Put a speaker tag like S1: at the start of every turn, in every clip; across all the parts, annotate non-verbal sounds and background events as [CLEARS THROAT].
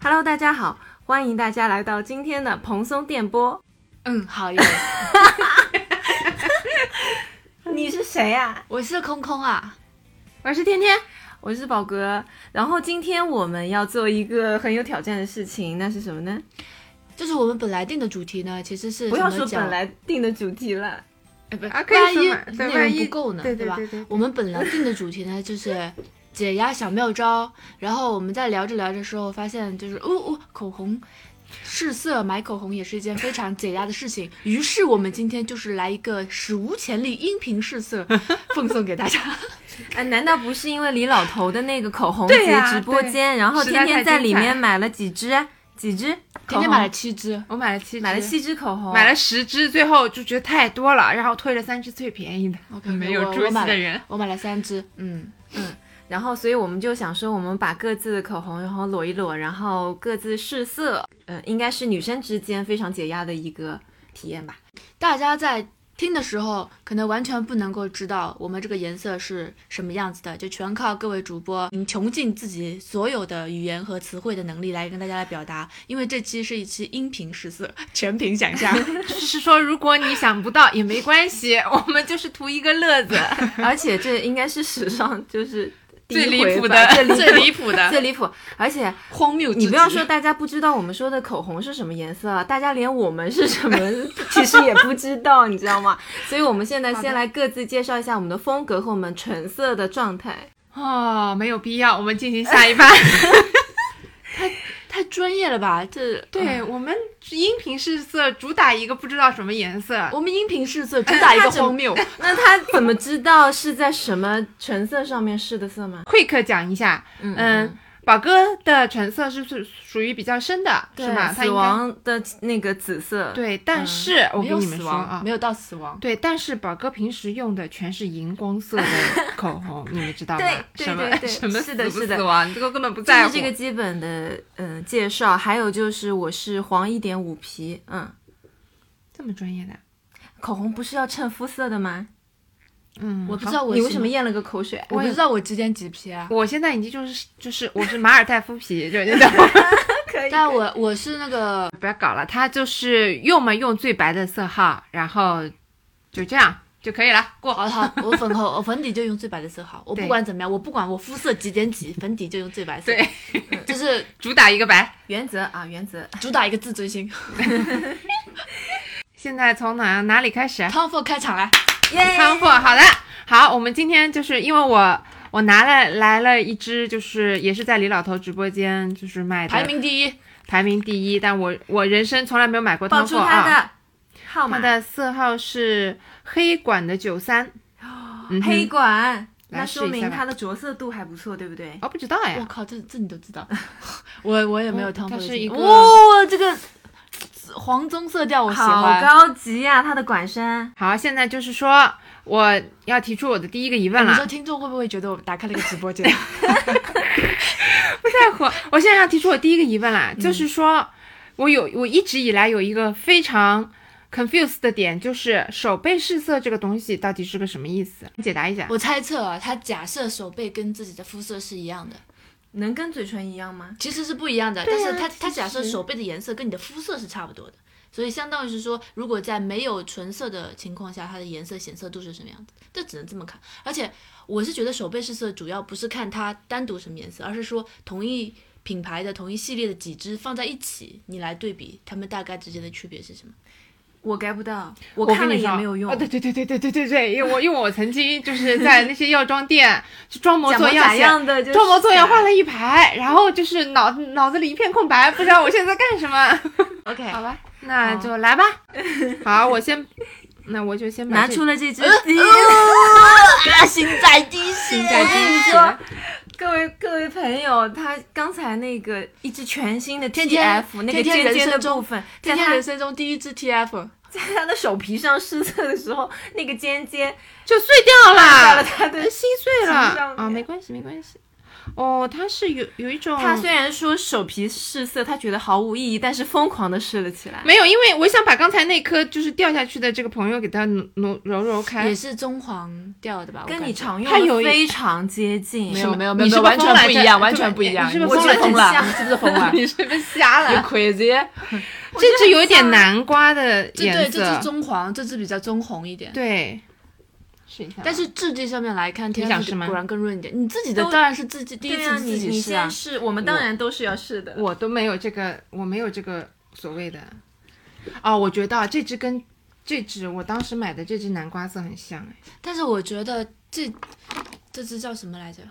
S1: Hello，大家好，欢迎大家来到今天的蓬松电波。
S2: 嗯，好
S3: [LAUGHS]
S2: 耶！
S1: 你是谁啊？
S2: 我是空空啊，
S1: 我是天天，我是宝格。然后今天我们要做一个很有挑战的事情，那是什么呢？
S2: 就是我们本来定的主题呢，其实是
S1: 不要
S2: 怎
S1: 说
S2: 么讲
S1: 本，来定的主题了，
S2: 哎不
S3: 啊可以
S2: 万
S3: 说
S2: 一
S3: 嘛对
S2: 内
S3: 万
S2: 容
S3: 一
S2: 不够呢，
S3: 对对
S2: 吧
S3: 对对对
S2: 我们本来定的主题呢，就是呃解压小妙招。然后我们在聊着聊着时候，发现就是哦哦，口红试色买口红也是一件非常解压的事情。于是我们今天就是来一个史无前例音频试色，奉送给大家。
S3: [LAUGHS]
S1: 哎，难道不是因为李老头的那个口红
S3: 对
S1: 节
S3: 呀
S1: 直播间，然后
S3: 实
S1: 天
S3: 在
S1: 天
S3: 太
S1: 在
S3: 精
S1: 里
S3: 彩
S1: 面买了几支啊？几支？
S2: 天天买了七支，
S3: 我买了七，
S1: 买了，七支哦口红，
S3: 买了十支，最后就觉得太多了，然后推了三支最便宜的。
S2: OK，
S3: [LAUGHS] 没有
S2: 我
S3: 出
S2: 我
S3: 息
S2: 买
S3: 的
S2: 了
S3: 人，
S2: 我买了三支，嗯，
S1: 然后，所以我们就想说，我们把各自的口红，然后裸一裸，然后各自试色，嗯，应该是女生之间非常解压的一个体验吧。
S2: 大家在听的时候，可能完全不能够知道我们这个颜色是什么样子的，就全靠各位主播，嗯，穷尽自己所有的语言和词汇的能力来跟大家来表达。因为这期是一期音频试色， [LAUGHS] 全凭想象。
S3: 就是说，如果你想不到也没关系， [LAUGHS] 我们就是图一个
S1: [LAUGHS]
S3: 乐子。
S1: 而且这应该是史上就是第一
S3: 最离
S1: 回
S3: 谱
S1: 吧
S3: 的，啊
S1: 最离
S3: 最离谱
S1: [LAUGHS]
S3: 的，
S1: 最离谱。而且
S2: 荒谬至极！
S1: 你不要
S3: [LAUGHS]
S1: 说大家不知道我们说的口红是什么颜色啊，大家连我们是什么 [LAUGHS] 其实也不知道，你知道吗？所以我们现在先来各自介绍一下我们的风格和我们唇色的状态。
S3: 哦，没有必要，我们进行
S1: [LAUGHS]
S3: 下一趴。
S2: [LAUGHS] 太专业了吧？这
S3: 对我们音频试色主打一个不知道什么颜色，
S2: 我们音频试色主打一个荒 [LAUGHS] 谬，
S1: 那他怎么知道是在什么唇色上面试的色吗？
S3: quick 讲一下。
S1: 嗯
S3: 嗯，宝哥的唇色是是属于比较深的，是吗？他
S1: 死
S3: 应该
S1: 亡嗯的那个紫色，，
S3: 对，但是、我
S2: 没
S3: 跟
S2: 有
S3: 你们
S2: 死
S3: 说
S2: 亡，
S3: 啊
S2: 没，有到死亡。
S3: 对，但是宝哥平时用的全是荧光色
S1: [LAUGHS]
S3: 的口红，你们知道吗？
S1: 对
S3: 什么
S1: 对对
S3: [LAUGHS] 什么
S1: 是的
S3: 死不
S1: 是的
S3: 死亡，你这个根本不
S1: 这
S3: 在
S1: 是
S3: 乎。
S1: 这个基本的嗯介绍。还有就是我是黄一点五皮，嗯，
S3: 这么专业的，
S1: 口红不是要衬肤色的吗？
S3: 嗯，
S2: 我不知
S3: 好。
S2: 道我
S1: 你
S2: 是
S1: 为什么，咽了个口水？
S2: 我不知道我几点几 P 啊？
S3: 我现在已经就是就是我是马尔代夫皮，就你知道吗 [LAUGHS]
S1: 可以
S2: 但我我是那个
S3: 不要搞了，他就是用嘛用最白的色号，然后就这样就可以了，过。
S2: 好好，我粉后我粉底就用最白的色号，我
S3: 对
S2: 不管怎么样，我不管我肤色几点几，粉底就用最白色，嗯
S3: 对，
S2: 就是
S3: 主打一个白。
S1: 原则啊，原则。
S2: 主打一个自尊心。
S3: 现在从哪哪里开始？
S2: Tom Ford 开场来，
S1: 哎 [LAUGHS]
S3: 康复，好的，好，我们今天就是因为我我拿了来了一支，就是也是在李老头直播间就是卖的，
S2: 排名第一，
S3: 排名第一，但我我人生从来没有买过
S1: 报
S3: 汤
S1: 出
S3: 货
S1: 他
S3: 啊。
S1: 的号
S3: 它
S1: 码，
S3: 的色号是黑管的九三，嗯
S1: 哦黑
S3: 哼，
S1: 管，
S3: 来
S1: 那说
S3: 试一下
S1: 明
S3: 吧
S1: 它的着色度还不错，对不对？
S3: 我不知道
S2: 我
S3: 哎，
S2: 靠，这这你都知道，我我也没有
S3: 哦
S2: Tom
S3: 它
S2: Ford 的
S3: 是
S2: 经
S3: 一
S2: 验。
S3: 个
S2: 哇，这个黄棕色调我喜
S1: 好
S2: 欢。哎
S1: 高级呀、它的管身。
S3: 好，现在就是说我要提出我的第一个疑问
S1: 哎
S2: 你说
S3: 了，
S2: 听众会不会觉得我打开了一个直播间？
S3: [LAUGHS] 不在乎， [LAUGHS] 我现在要提出我第一个疑问
S1: 嗯
S3: 啦，就是说我有我一直以来有一个非常 confused 的点，就是手背试色这个东西到底是个什么意思？解答一下。
S2: 我猜测啊，他假设手背跟自己的肤色是一样的，
S1: 能跟嘴唇一样吗？
S2: 其实是不一样的，
S3: 对
S2: 但
S3: 啊
S2: 是它它
S3: 其
S2: 假设
S3: 实
S2: 手背的颜色跟你的肤色是差不多的，所以相当于是说，如果在没有唇色的情况下，它的颜色显色度是什么样子？这只能这么看。而且我是觉得手背试色主要不是看它单独什么颜色，而是说同一品牌的同一系列的几支放在一起，你来对比它们大概之间的区别是什么？
S1: 我 get 不到，我
S3: 我
S1: 看
S3: 跟
S1: 了
S3: 你
S1: 也
S3: 说
S1: 没有用
S3: 哦，。对对对对对对对对，因为我因为我曾经就是在那些药妆
S1: [LAUGHS]
S3: 店就装模
S1: 假模
S3: 作样
S1: 假
S3: 写，
S1: 样的就是
S3: 装模作样画了一排，然后就是脑脑子里一片空白，不知道我现在在干什么。
S2: OK，
S3: 好吧，那就来吧。好，我先，那我
S1: [LAUGHS]
S3: 就先把
S1: 拿
S3: 这
S1: 出了这支
S3: 呃
S1: 笔。
S2: 啊，心在滴血
S3: 心在滴
S1: 说
S3: 血。
S1: 各位各位朋友，他刚才那个一支全新的 TF
S2: 天天
S1: 那个
S2: 天天
S1: 尖尖
S2: 人
S1: 的
S2: 生中
S1: 部分，在
S2: 今天
S1: 他
S2: 人生中第一支 TF，
S1: 在他的手皮上试色的时候，那个尖尖
S3: 就碎掉
S1: 到了
S3: 了，
S1: 他的
S3: 心碎了哦
S1: 心上面
S3: 啊，没关系没关系。哦，它是有有一种，
S1: 他虽然说手皮试色，他觉得毫无意义，但是疯狂的试了起来。
S3: 没有，因为我想把刚才那颗就是掉下去的这个朋友给它挪挪揉揉开
S2: 也。是棕黄调的吧？我
S1: 跟
S2: 感
S1: 你
S2: 觉
S1: 常用
S3: 它有
S1: 的非
S3: 一
S1: 常接近，
S4: 没有没有没
S3: 你
S4: 有没
S3: 是
S4: 有，
S3: 不是
S4: 完
S3: 疯了
S4: 全不一
S3: 这
S4: 样，完
S3: 对
S4: 全不一样。
S3: 你是不是
S4: 我
S1: 疯
S4: 觉得
S1: 了
S4: 疯
S1: 很
S4: 了？
S1: 像
S4: 你是不是疯了
S3: 你是不是瞎
S4: ？You
S3: 了？
S4: crazy？
S3: 这只有一点
S1: 像
S3: 南瓜的
S2: 这对
S3: 颜
S2: 这
S3: 色
S2: 只，棕黄，这只比较棕红一点。
S3: 对，试一下吧。啊
S2: 但是质地上面来看，天
S3: 想
S2: 然
S3: 试吗
S2: 果然更润一点。你自己的
S1: 都
S2: 当然是自己第一
S1: 对
S2: 次
S1: 啊，你
S2: 自己
S1: 你
S2: 试啊
S1: 先。试，我们当然都是要试的。
S3: 我都没有这个，我没有这个所谓的。哦，我觉得啊这只跟这只我当时买的这只南瓜色很像哎，
S2: 但是我觉得这这只叫什么来着？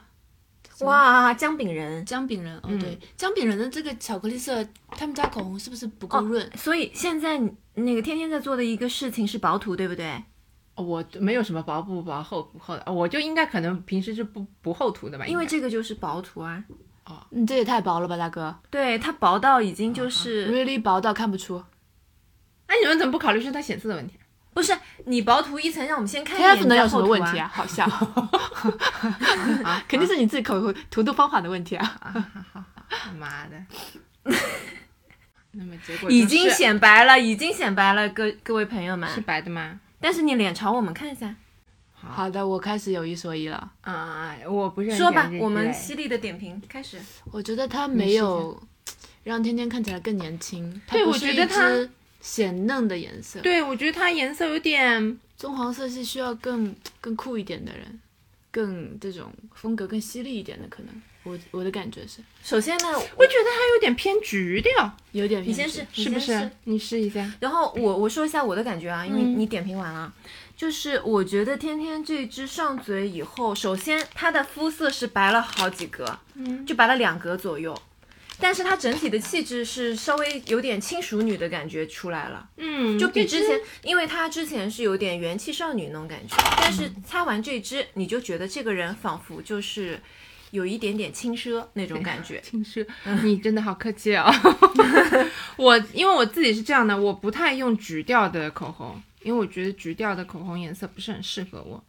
S1: 哇，姜饼人，
S2: 姜饼人哦，
S3: 嗯
S2: 对，姜饼人的这个巧克力色，他们家口红是不是不够
S1: 哦
S2: 润？
S1: 所以现在你那个天天在做的一个事情是薄涂，对不对？
S3: 我没有什么薄不薄、厚不厚的，哦我就应该可能平时是不不厚涂的吧，
S1: 因为
S3: 应该
S1: 这个就是薄涂啊，
S2: 你这也太薄了吧，大哥
S1: 对，它薄到已经
S2: 啊
S1: 就是
S2: ，really 薄到看不出。
S3: 那哎你们怎么不考虑是它显色的
S1: [LAUGHS]
S3: 问题？
S1: 不是你薄涂一层，让我们先看一
S2: TF
S1: 眼，
S2: 能有什么问题
S1: 啊？
S2: 哎啊？好笑， [LAUGHS]
S3: 啊，
S2: 肯定是你自己口 [LAUGHS] 红涂涂方法的问题啊。
S3: 啊妈的。
S1: [LAUGHS]
S3: 那么结果
S1: 已经
S3: 就是
S1: 显白了，已经显白了，各各位朋友
S3: 是
S1: 们。
S3: 白的吗？
S1: 但是你脸朝我们看一下，
S2: 好的，我开始有一说一了。
S3: 啊，我不是很
S1: 说吧
S3: 想认，
S1: 我们
S3: 对
S1: 犀利的点评开始。
S2: 我觉得它没有让天天看起来更年轻，它
S3: 对
S2: 不
S3: 我
S2: 是
S3: 觉
S2: 一
S3: 得它
S2: 支显嫩的颜色。
S3: 对我觉得它颜色有点
S2: 棕黄色系需要更更酷一点的人，更这种风格更犀利一点的，可能我我的感觉是
S1: 首先呢，
S3: 我觉得它有点偏橘调，
S2: 有点
S1: 你
S2: 偏
S1: 先
S2: 执
S1: 试，你
S3: 嗯是
S1: 先
S3: 不是
S1: 试？
S3: 你试一下。
S1: 然后我我说一下我的感觉啊，因为
S3: 嗯
S1: 你点评完了，就是我觉得天天这支上嘴以后，首先它的肤色是白了好几格，
S3: 嗯
S1: 就白了两格左右，但是它整体的气质是稍微有点轻熟女的感觉出来了，
S3: 嗯，
S1: 就比
S3: 这
S1: 之前，因为她之前是有点元气少女那种感觉，但是擦完这支，你就觉得这个人仿佛就是有一点点轻奢那种感觉，
S3: 听说
S2: 嗯
S3: 你真的好客气
S2: [LAUGHS]
S3: 哦。我因为我自己是这样的，我不太用橘调的口红，因为我觉得橘调的口红颜色不是很适合我。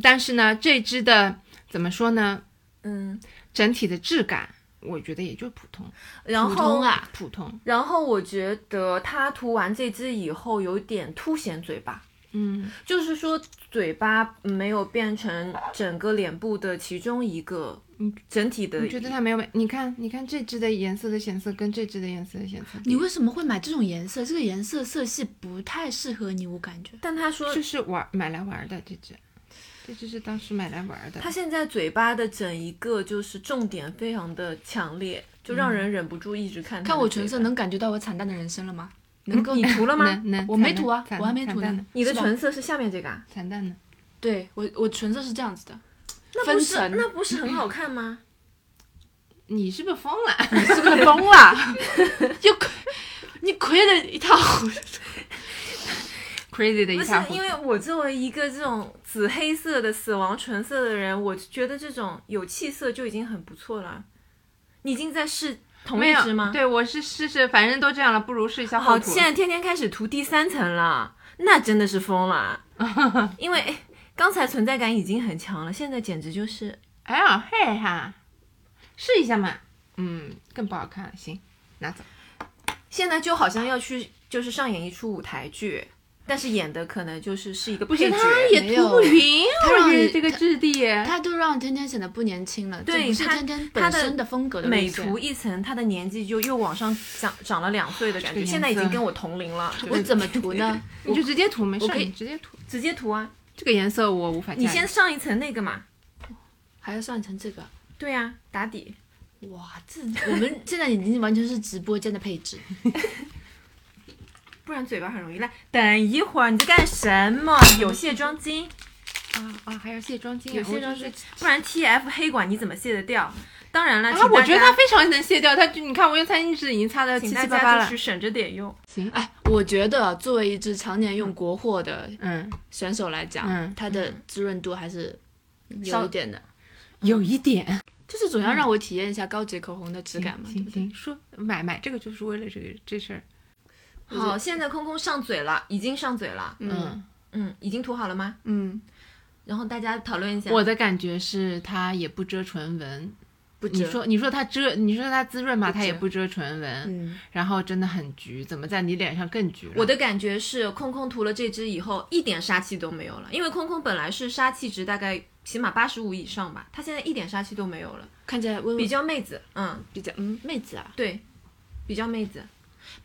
S3: 但是呢，这支的怎么说呢？
S1: 嗯，
S3: 整体的质感，我觉得也就普通，
S1: 然
S2: 普
S1: 后
S2: 通啊，
S3: 普通。
S1: 然后我觉得他涂完这支以后有点凸显嘴巴，
S3: 嗯，
S1: 就是说嘴巴没有变成整个脸部的其中一个
S2: 嗯
S1: 整体的
S3: 我。觉得它没有美。你看，你看这支的颜色的显色跟这支的颜色的显色比，
S2: 你为什么会买这种颜色？这个颜色色系不太适合你，我感觉。
S1: 但他说
S3: 就是玩买来玩的这支，这支是当时买来玩的。
S1: 他现在嘴巴的整一个就是重点非常的强烈，就让人忍不住一直看。
S2: 嗯看我唇色，能感觉嗯到我惨淡的人生了吗？能
S1: 能
S2: 够
S1: 你涂
S3: [LAUGHS]
S1: 了吗？
S3: 能能
S2: 我没
S3: 惨淡
S2: 涂啊
S3: 惨
S2: 我还没涂呢
S3: 惨淡的
S1: 你的
S2: 是吧
S1: 唇色是下面这个啊？
S3: 惨淡的。
S2: 对我我唇色是这样子的，
S1: 那
S2: 分
S1: 不是
S2: 层
S1: 那不是很好看
S3: [LAUGHS]
S1: 吗？
S3: 你是不是疯了？
S2: [LAUGHS] 你是不是疯了？ [LAUGHS] 又亏你亏的一塌糊涂。
S3: crazy 的一
S1: 不是
S3: 塌糊涂
S1: 因。为我作为一个这种紫黑色的死亡唇色的人，我觉得这种有气色就已经很不错了。你已经在试同
S3: 没
S1: 一
S3: 有
S1: 支吗？
S3: 对，我是试试，反正都这样了，不如试一下厚
S1: 好，
S3: 涂。
S1: 现在天天开始涂第三层了，那真的是疯
S3: [LAUGHS]
S1: 了。因为哎刚才存在感已经很强了，现在简直就是
S3: 哎呀嘿哈，试一下嘛。嗯，更不好看了，行，拿走。
S1: 现在就好像要去就是上演一出舞台剧，但是演的可能就是是一个
S3: 不是，
S1: 配角。
S3: 它也涂不匀，
S2: 没有
S3: 我觉
S2: 它让
S3: 得这个质地。
S2: 它都让天天显得不年轻了，
S1: 对
S2: 这不是
S1: 它
S2: 天天
S1: 它
S2: 本
S1: 的
S2: 身的风格的路
S1: 每
S2: 线
S1: 涂一层，他的年纪就又往上长长了两岁的感
S3: 这
S1: 觉，
S3: 个
S1: 现在已经
S3: 颜色
S1: 跟我同龄了。就
S2: 我
S1: 是
S2: 怎么涂呢？
S3: 你就直接涂，没事
S2: 我
S3: 儿，
S2: 可以
S3: 你直接涂。
S1: 直接涂啊！
S3: 这个颜色我无法驾驭。
S1: 你先上一层那个嘛，
S2: 还要上一层这个？
S1: 对呀、打底。
S2: 哇，这我们现在已经完全是直播间的配置。
S1: 不然嘴巴很容易烂。等一会儿你在干什么？有卸妆巾，
S3: 啊啊，还有卸妆巾啊，
S1: 有卸妆
S3: 我就是
S1: 巾，不然 TF 黑管你怎么卸得掉？当然了，
S3: 啊
S1: 请，
S3: 我
S1: 大
S3: 觉得
S1: 家
S3: 它非常能卸掉，它就你看我用餐巾纸已经擦的七
S1: 请
S3: 七
S1: 大
S3: 八
S1: 家
S3: 八
S1: 就
S3: 了
S1: 是。省着点用。
S3: 行，
S2: 哎，我觉得作为一支常年用国货的
S3: 嗯，
S2: 选手来讲，
S3: 嗯
S2: 它的滋润度还是有
S1: 稍
S2: 一点的，嗯
S3: 有一点。
S2: 就是总要让我体验一下高级口红的质感嘛，对
S3: 行
S2: 不对？
S3: 行，说买买这个就是为了这个这事儿。
S2: 我觉得
S1: 好，现在空空上嘴了，已经上嘴了。
S2: 嗯
S3: 嗯，
S1: 嗯，已经涂好了吗？
S2: 嗯，
S1: 然后大家讨论一下。
S3: 我的感觉是它也不遮唇纹，
S1: 不
S3: 你
S1: 遮，
S3: 说你说它遮，你说它滋润吧，
S1: 不
S3: 它也
S1: 遮
S3: 不遮唇纹，
S1: 嗯，
S3: 然后真的很橘，怎么在你脸上更橘了？
S1: 我的感觉是空空涂了这支以后一点杀气都没有了，因为空空本来是杀气值大概起码八十五以上吧，她现在一点杀气都没有了，
S2: 看起来温
S1: 比
S2: 比较
S1: 较妹子，嗯，
S2: 比较嗯妹子啊，
S1: 对，比较妹子。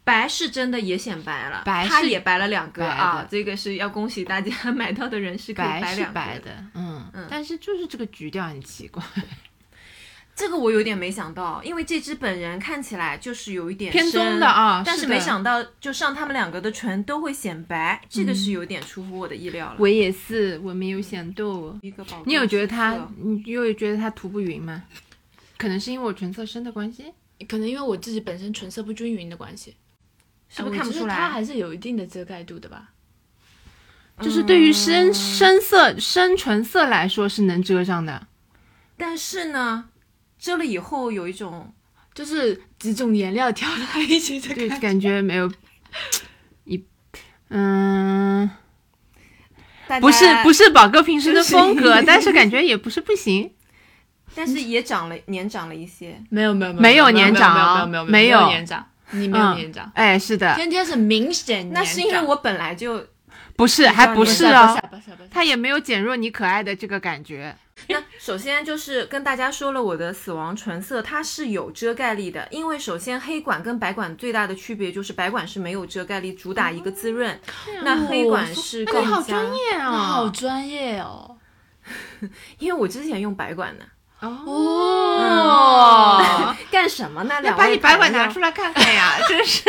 S1: 白是真的也显白了，
S3: 白
S1: 她
S3: 是
S1: 也白了两个
S3: 白
S1: 啊
S3: 的，
S1: 这个是要恭喜大家 [LAUGHS] 买到的人是可以
S3: 白是
S1: 两个
S3: 白。的，嗯，但是就是这个橘调很奇怪，
S1: 这个我有点没想到，因为这支本人看起来就是有一点
S3: 偏
S1: 深
S3: 棕的啊
S1: 但
S3: 是
S1: 是
S3: 的
S1: 没想到就上他们两个的唇都会显白，这个是有点出乎我的意料了。
S3: 嗯我也是，我
S1: 嗯
S3: 没有想到哦。
S1: 一个宝
S3: 你有觉得它
S1: 藏色，
S3: 你有觉得它涂不匀吗？可能是因为我唇色深的关系，
S2: 可能因为我自己本身唇色不均匀的关系，
S1: 是不是
S2: 哎
S1: 看
S2: 我
S1: 不
S2: 觉得
S1: 出
S2: 它
S1: 来？
S2: 还是有一定的遮盖度的吧？
S3: 就是对于
S1: 嗯
S3: 深深色深唇色来说是能遮上的。
S1: 但是呢，遮了以后有一种
S2: 就是几种颜料调在一起的
S3: [LAUGHS] 对，
S2: 感觉。
S3: 感觉没有一嗯，
S1: 大家
S3: 不是不
S1: 是，
S3: 是宝哥平时的
S1: 就是
S3: 风格，但是 [LAUGHS] 感觉也不是不行。
S1: 但是也长了年长了一些。
S2: 没有没有
S3: 没有年长
S2: 没有
S3: 没
S2: 没
S3: 有
S2: 有年长，你没有
S3: 嗯
S2: 年长，
S3: 哎，是的，
S2: 天天是明显年长。
S1: 那是因为我本来就
S3: [LAUGHS] 不是，还不是
S2: 啊
S3: 哦，，它也没有减弱你可爱的这个感觉。
S1: 那首先就是跟大家说了，我的死亡唇色它是有遮盖力的，因为首先黑管跟白管最大的区别就是白管是没有遮盖力，主打一个滋润，那黑管是
S3: 哦那你好
S1: 更加。
S3: 专业
S2: 那好
S3: 哦！
S2: 专业哦。
S1: 因为我之前用白管呢，
S3: [LAUGHS] 哦，
S1: [LAUGHS] 干什么呢？
S3: 那
S1: 两
S3: 嗯把
S1: 位
S3: 你白管
S1: 朋友
S3: 拿出，来看看呀，真是！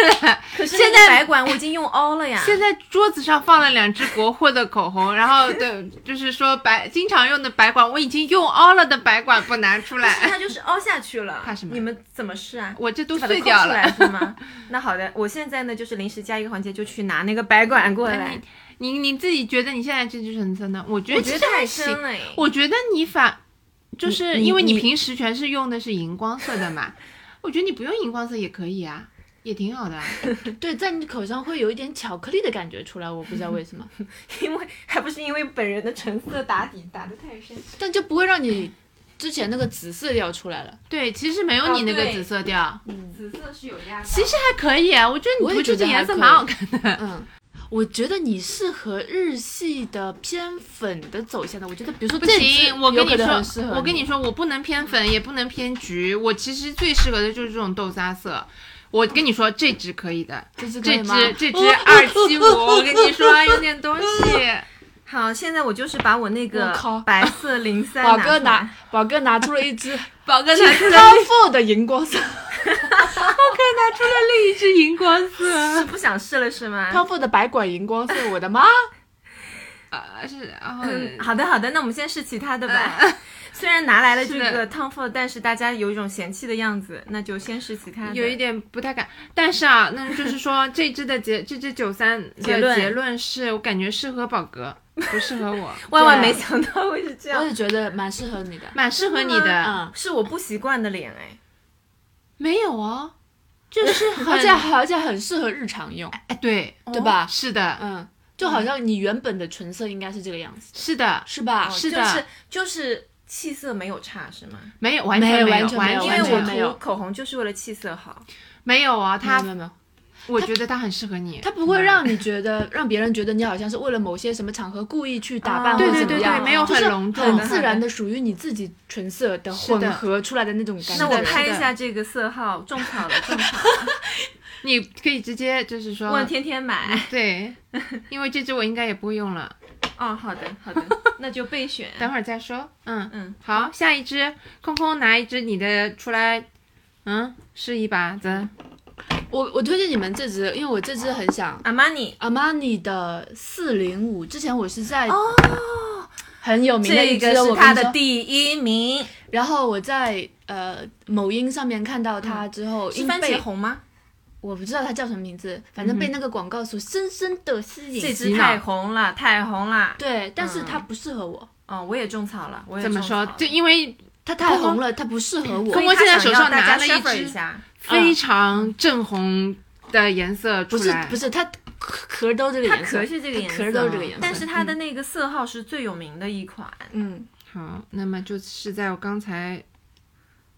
S1: 可是
S3: 现
S1: 现
S3: 在
S1: 在白管我已经用凹了呀。
S3: 现在桌子上放了两支国货的口红，然后对，就是说白经常用的白管，我已经用凹了的白管不拿
S1: [LAUGHS]
S3: 出来，
S1: 它就是凹下去了，
S3: 怕什么
S1: 你们怎么试啊？
S3: 我这都
S1: 把它
S3: 碎
S1: 抠
S3: 掉
S1: 出
S3: 了。
S1: 来是吗？那好的，我现在呢就是临时加一个环节，就去拿那个白管过
S3: 那
S1: 来
S3: 你。你你自己觉得你现在这支唇色呢？我觉
S1: 我
S3: 得
S1: 觉
S3: 其
S1: 得
S3: 实还
S1: 太
S3: 行
S1: 深。了诶，
S3: 我觉得你反就是
S2: 你
S3: 因为你
S2: 你
S3: 平时全是用的是荧光色的嘛，我觉得你不用荧光色也可以啊，也挺好的啊。
S2: 对，在你口上会有一点巧克力的感觉出来，我不知道为什 [LAUGHS] 么，
S1: 因为还不是因为本人的唇色打底打得太深。
S2: 但就不会让你之前那个紫色调出来了。
S3: 对，其实没有你那
S1: 哦
S3: 个
S1: 对
S3: 紫色调，
S1: 紫色是有压
S3: 其实还可以啊。我觉得
S2: 我
S3: 你
S2: 也
S3: 涂这
S2: 觉
S3: 个
S2: 得还
S3: 颜色
S2: 可以
S3: 蛮好看的。
S2: [LAUGHS] 嗯，我觉得你适合日系的偏粉的走向的。我觉得，比如说
S3: 不
S2: 这支
S3: 行，我跟
S2: 有
S3: 你
S2: 可能很适
S3: 说，
S2: 合
S3: 我跟你说，我不能偏粉，也不能偏橘，我其实最适合的就是这种豆沙色。我跟你说，这支可以的，
S2: 这支可以
S3: 这
S2: 吗
S3: 支这支二七五，我跟你说有点
S2: [LAUGHS]
S3: 东西。
S1: 好，现在我就是把我那个
S2: 我靠
S1: 白色零
S3: [LAUGHS]
S1: 三
S2: 宝
S1: 拿出
S2: 哥
S1: 来
S2: 拿，宝哥拿出了一
S1: [LAUGHS]
S2: 支
S3: 宝哥拿出
S2: 高
S3: 来，
S2: 富的荧光
S1: 啊
S2: 色，
S3: 拿出了另一啊支荧光色
S1: 是。不想试了是吗？
S2: 高富的白管荧光色，我的妈！
S3: 啊，是啊，
S1: 嗯，好的好的，那我们先试其他的吧。虽然拿来了这
S3: 嗯是
S1: 个 Tom Ford，但是大家有一种嫌弃的样子，那就先试其他的。
S3: 有一点不太敢，但是啊，那就是说这支的结，这 [LAUGHS] 支九三的
S1: 结论
S3: 结论是我感觉适合宝哥，不适合我，
S2: [LAUGHS]
S1: 万万
S2: 对
S1: 没想到会是这
S2: 我
S1: 样，
S2: 也觉得蛮适合你的。
S3: 蛮适合你的。
S2: 嗯，
S1: 是我不习惯的脸哎。
S3: 没有哦，就是很
S2: [LAUGHS] 而且而且很适合日常用，
S3: 哎，对
S2: 对吧
S3: 是的，
S2: 嗯，就好像你原本的唇色应该是这个样子，哦
S3: 是的，
S2: 是吧？
S3: 是
S1: 哦就
S3: 的
S1: 是就是气色没有差是吗？
S3: 没有完全
S2: 没有
S3: 有，
S2: 完全没
S3: 完
S2: 有
S1: 因
S2: 完全
S3: 没
S1: 为
S2: 没
S1: 我
S2: 有
S1: 涂口红就是为了气色好。
S3: 没有啊。
S2: 没有
S3: 他
S2: 没，有没嗯有，
S3: 我觉得他很适合你。嗯
S2: 它不会让你觉得，让别人觉得你好像是为了某些什么场合故意去打扮
S1: 啊
S2: 或者
S3: 对
S2: 怎
S3: 对
S2: 么
S3: 对
S2: 样，
S3: 对，没有
S2: 就是
S3: 很隆重，
S2: 很自然的属于你自己唇色的混合出来的那种感觉。
S1: 那我
S3: 是的
S1: 拍一下这个色号，种草了，种草
S3: 你可以直接就是
S1: 了，
S3: 说，
S1: 问天天买。
S3: 对，因为这支我应该也不会用了，
S1: 哦，好的好的，那就备选。
S3: 等会儿再说。嗯，
S1: 嗯，
S3: 好，下一支空空拿一支你的出来，嗯，试一把子。
S2: 我我推荐你们这支，因为我这支很想
S1: 阿玛尼。
S2: 阿玛尼的四零五，之前我是在很有名的一
S1: 哦这
S2: 支，
S1: 个是
S2: 我
S1: 他
S2: 跟你
S1: 的
S2: 说，
S1: 第一名，
S2: 然后我在呃某音上面看到它之后，
S1: 嗯
S2: 因
S1: 是番
S2: 被
S1: 茄红吗？
S2: 我不知道它叫什么名字，反正被那个广告所深深的吸引。
S1: 这支太红了，太红了。
S2: 对，但是它不适合我，
S1: 哦，我也种草了，我也
S3: 怎么
S1: 种草
S3: 说
S1: 了？
S3: 就因为
S2: 它太红了，它不适合
S1: 所
S2: 我
S1: 以。
S3: 我现在
S1: 他想
S3: 手上
S1: 要大家
S3: 拿了一
S1: suffer
S3: 支
S1: 下
S3: 非常正红的颜色出
S2: 不是
S3: 来，
S2: 不是，它壳壳都这个
S1: 它
S2: 颜色
S1: 壳，是这个颜
S2: 壳
S1: 色，
S2: 都是这个颜色，
S1: 但是它的那个色号是最有名的一款，
S2: 嗯，
S3: 好，那么就是在我刚才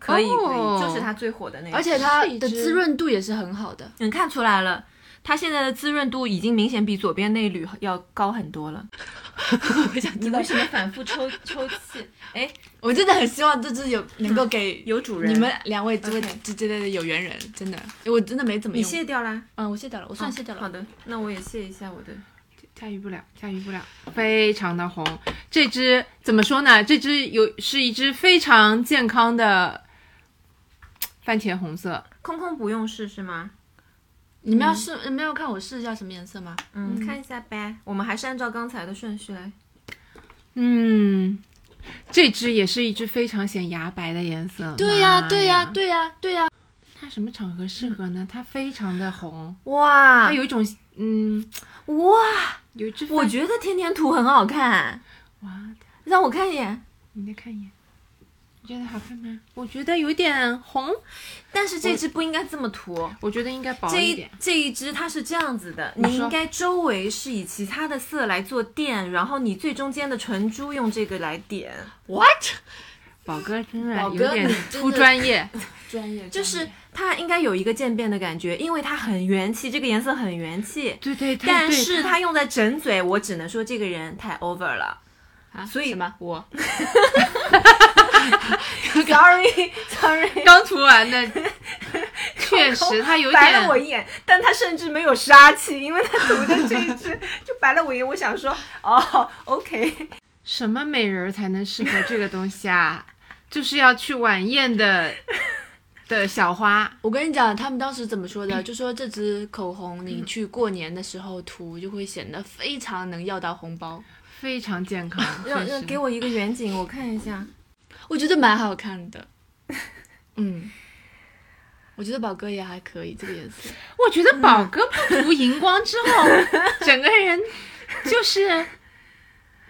S1: 可以可
S3: 哦
S1: 以，就是它最火的那个。
S2: 而且它
S3: 是一
S2: 的
S3: 只
S2: 滋润度也是很好的。
S1: 你嗯看出来了，它现在的滋润度已经明显比左边那一缕要高很多了。 [LAUGHS]
S2: 我想知道，
S1: 什么反复抽抽气？哎，
S2: 我真的很希望这只有能够 [LAUGHS] 给
S1: 有主人，
S2: 你们两位这位
S1: OK
S2: 这这类的有缘人，真的，我真的没怎么
S1: 你
S2: 用。
S1: 卸掉啦？
S2: 嗯，我卸掉了，我
S1: 啊
S2: 算卸掉了。
S1: 好的，那我也卸一下我的。
S3: 驾驭不了，驾驭不了，非常的红。这只怎么说呢？这只有是一只非常健康的番茄红色，
S1: 空空不用试是吗？
S2: 你们要试，你们要看我试一下什么颜色吗？
S1: 嗯，看一下呗。我们还是按照刚才的顺序来。
S3: 嗯，这只也是一只非常显牙白的颜色。
S2: 对呀、
S3: 妈
S2: 对呀、对呀、对呀、
S3: 它什么场合适合呢？它非常的红，
S1: 哇
S3: 它有一种嗯，
S1: 哇！
S3: 有一只
S1: 哎我觉得甜甜土很好看，
S3: 哇，
S1: 让我看一眼。
S3: 你再看一眼，你觉得好看吗？我觉得有点红，
S1: 但是这只不应该这么涂。
S3: 我觉得应该薄
S1: 这
S3: 一
S1: 一
S3: 点。
S1: 这一支它是这样子的，
S3: 你
S1: 你
S3: 说
S1: 应该周围是以其他的色来做垫，然后你最中间的唇珠用这个来点，
S2: w h a t
S3: 宝哥真的
S2: 宝哥
S3: 有点
S2: 你真的
S3: 出专业，
S2: 专业
S1: 就是它应该有一个渐变的感觉，因为它很元气，这个颜色很元 [LAUGHS] 气。
S3: [LAUGHS] 对对，它
S1: 但
S3: 对
S1: 是
S3: 它
S1: 它用在整嘴，我只能说这个人太 over 了。
S2: 啊，
S1: 所以
S2: 什
S1: [LAUGHS]
S2: 么我
S1: Sorry Sorry，
S3: 刚涂完 [LAUGHS] 的，确实它有
S1: 白了
S3: 点
S1: 我一眼，但他甚至没有杀气，因为他涂的这一支 [LAUGHS] 就白了我一眼。我想说，哦，OK，
S3: 什么美人儿才能适合这个东西啊？ [LAUGHS] 就是要去晚宴的的小花，
S2: 我跟你讲，他们当时怎么说 [CLEARS THROAT] 的？就说这支口红你去过年的时候涂，就会显得非常能要到红包。
S3: 非常健康。
S1: 让
S3: 确
S1: 让
S3: 实
S1: 给我一个远景，我看一下。
S2: 我觉得蛮好看 [LAUGHS] 的，嗯，我觉得宝哥也还可以，这个颜色。
S3: 我觉得宝哥不涂荧光之
S2: [LAUGHS]
S3: 后，整个人就是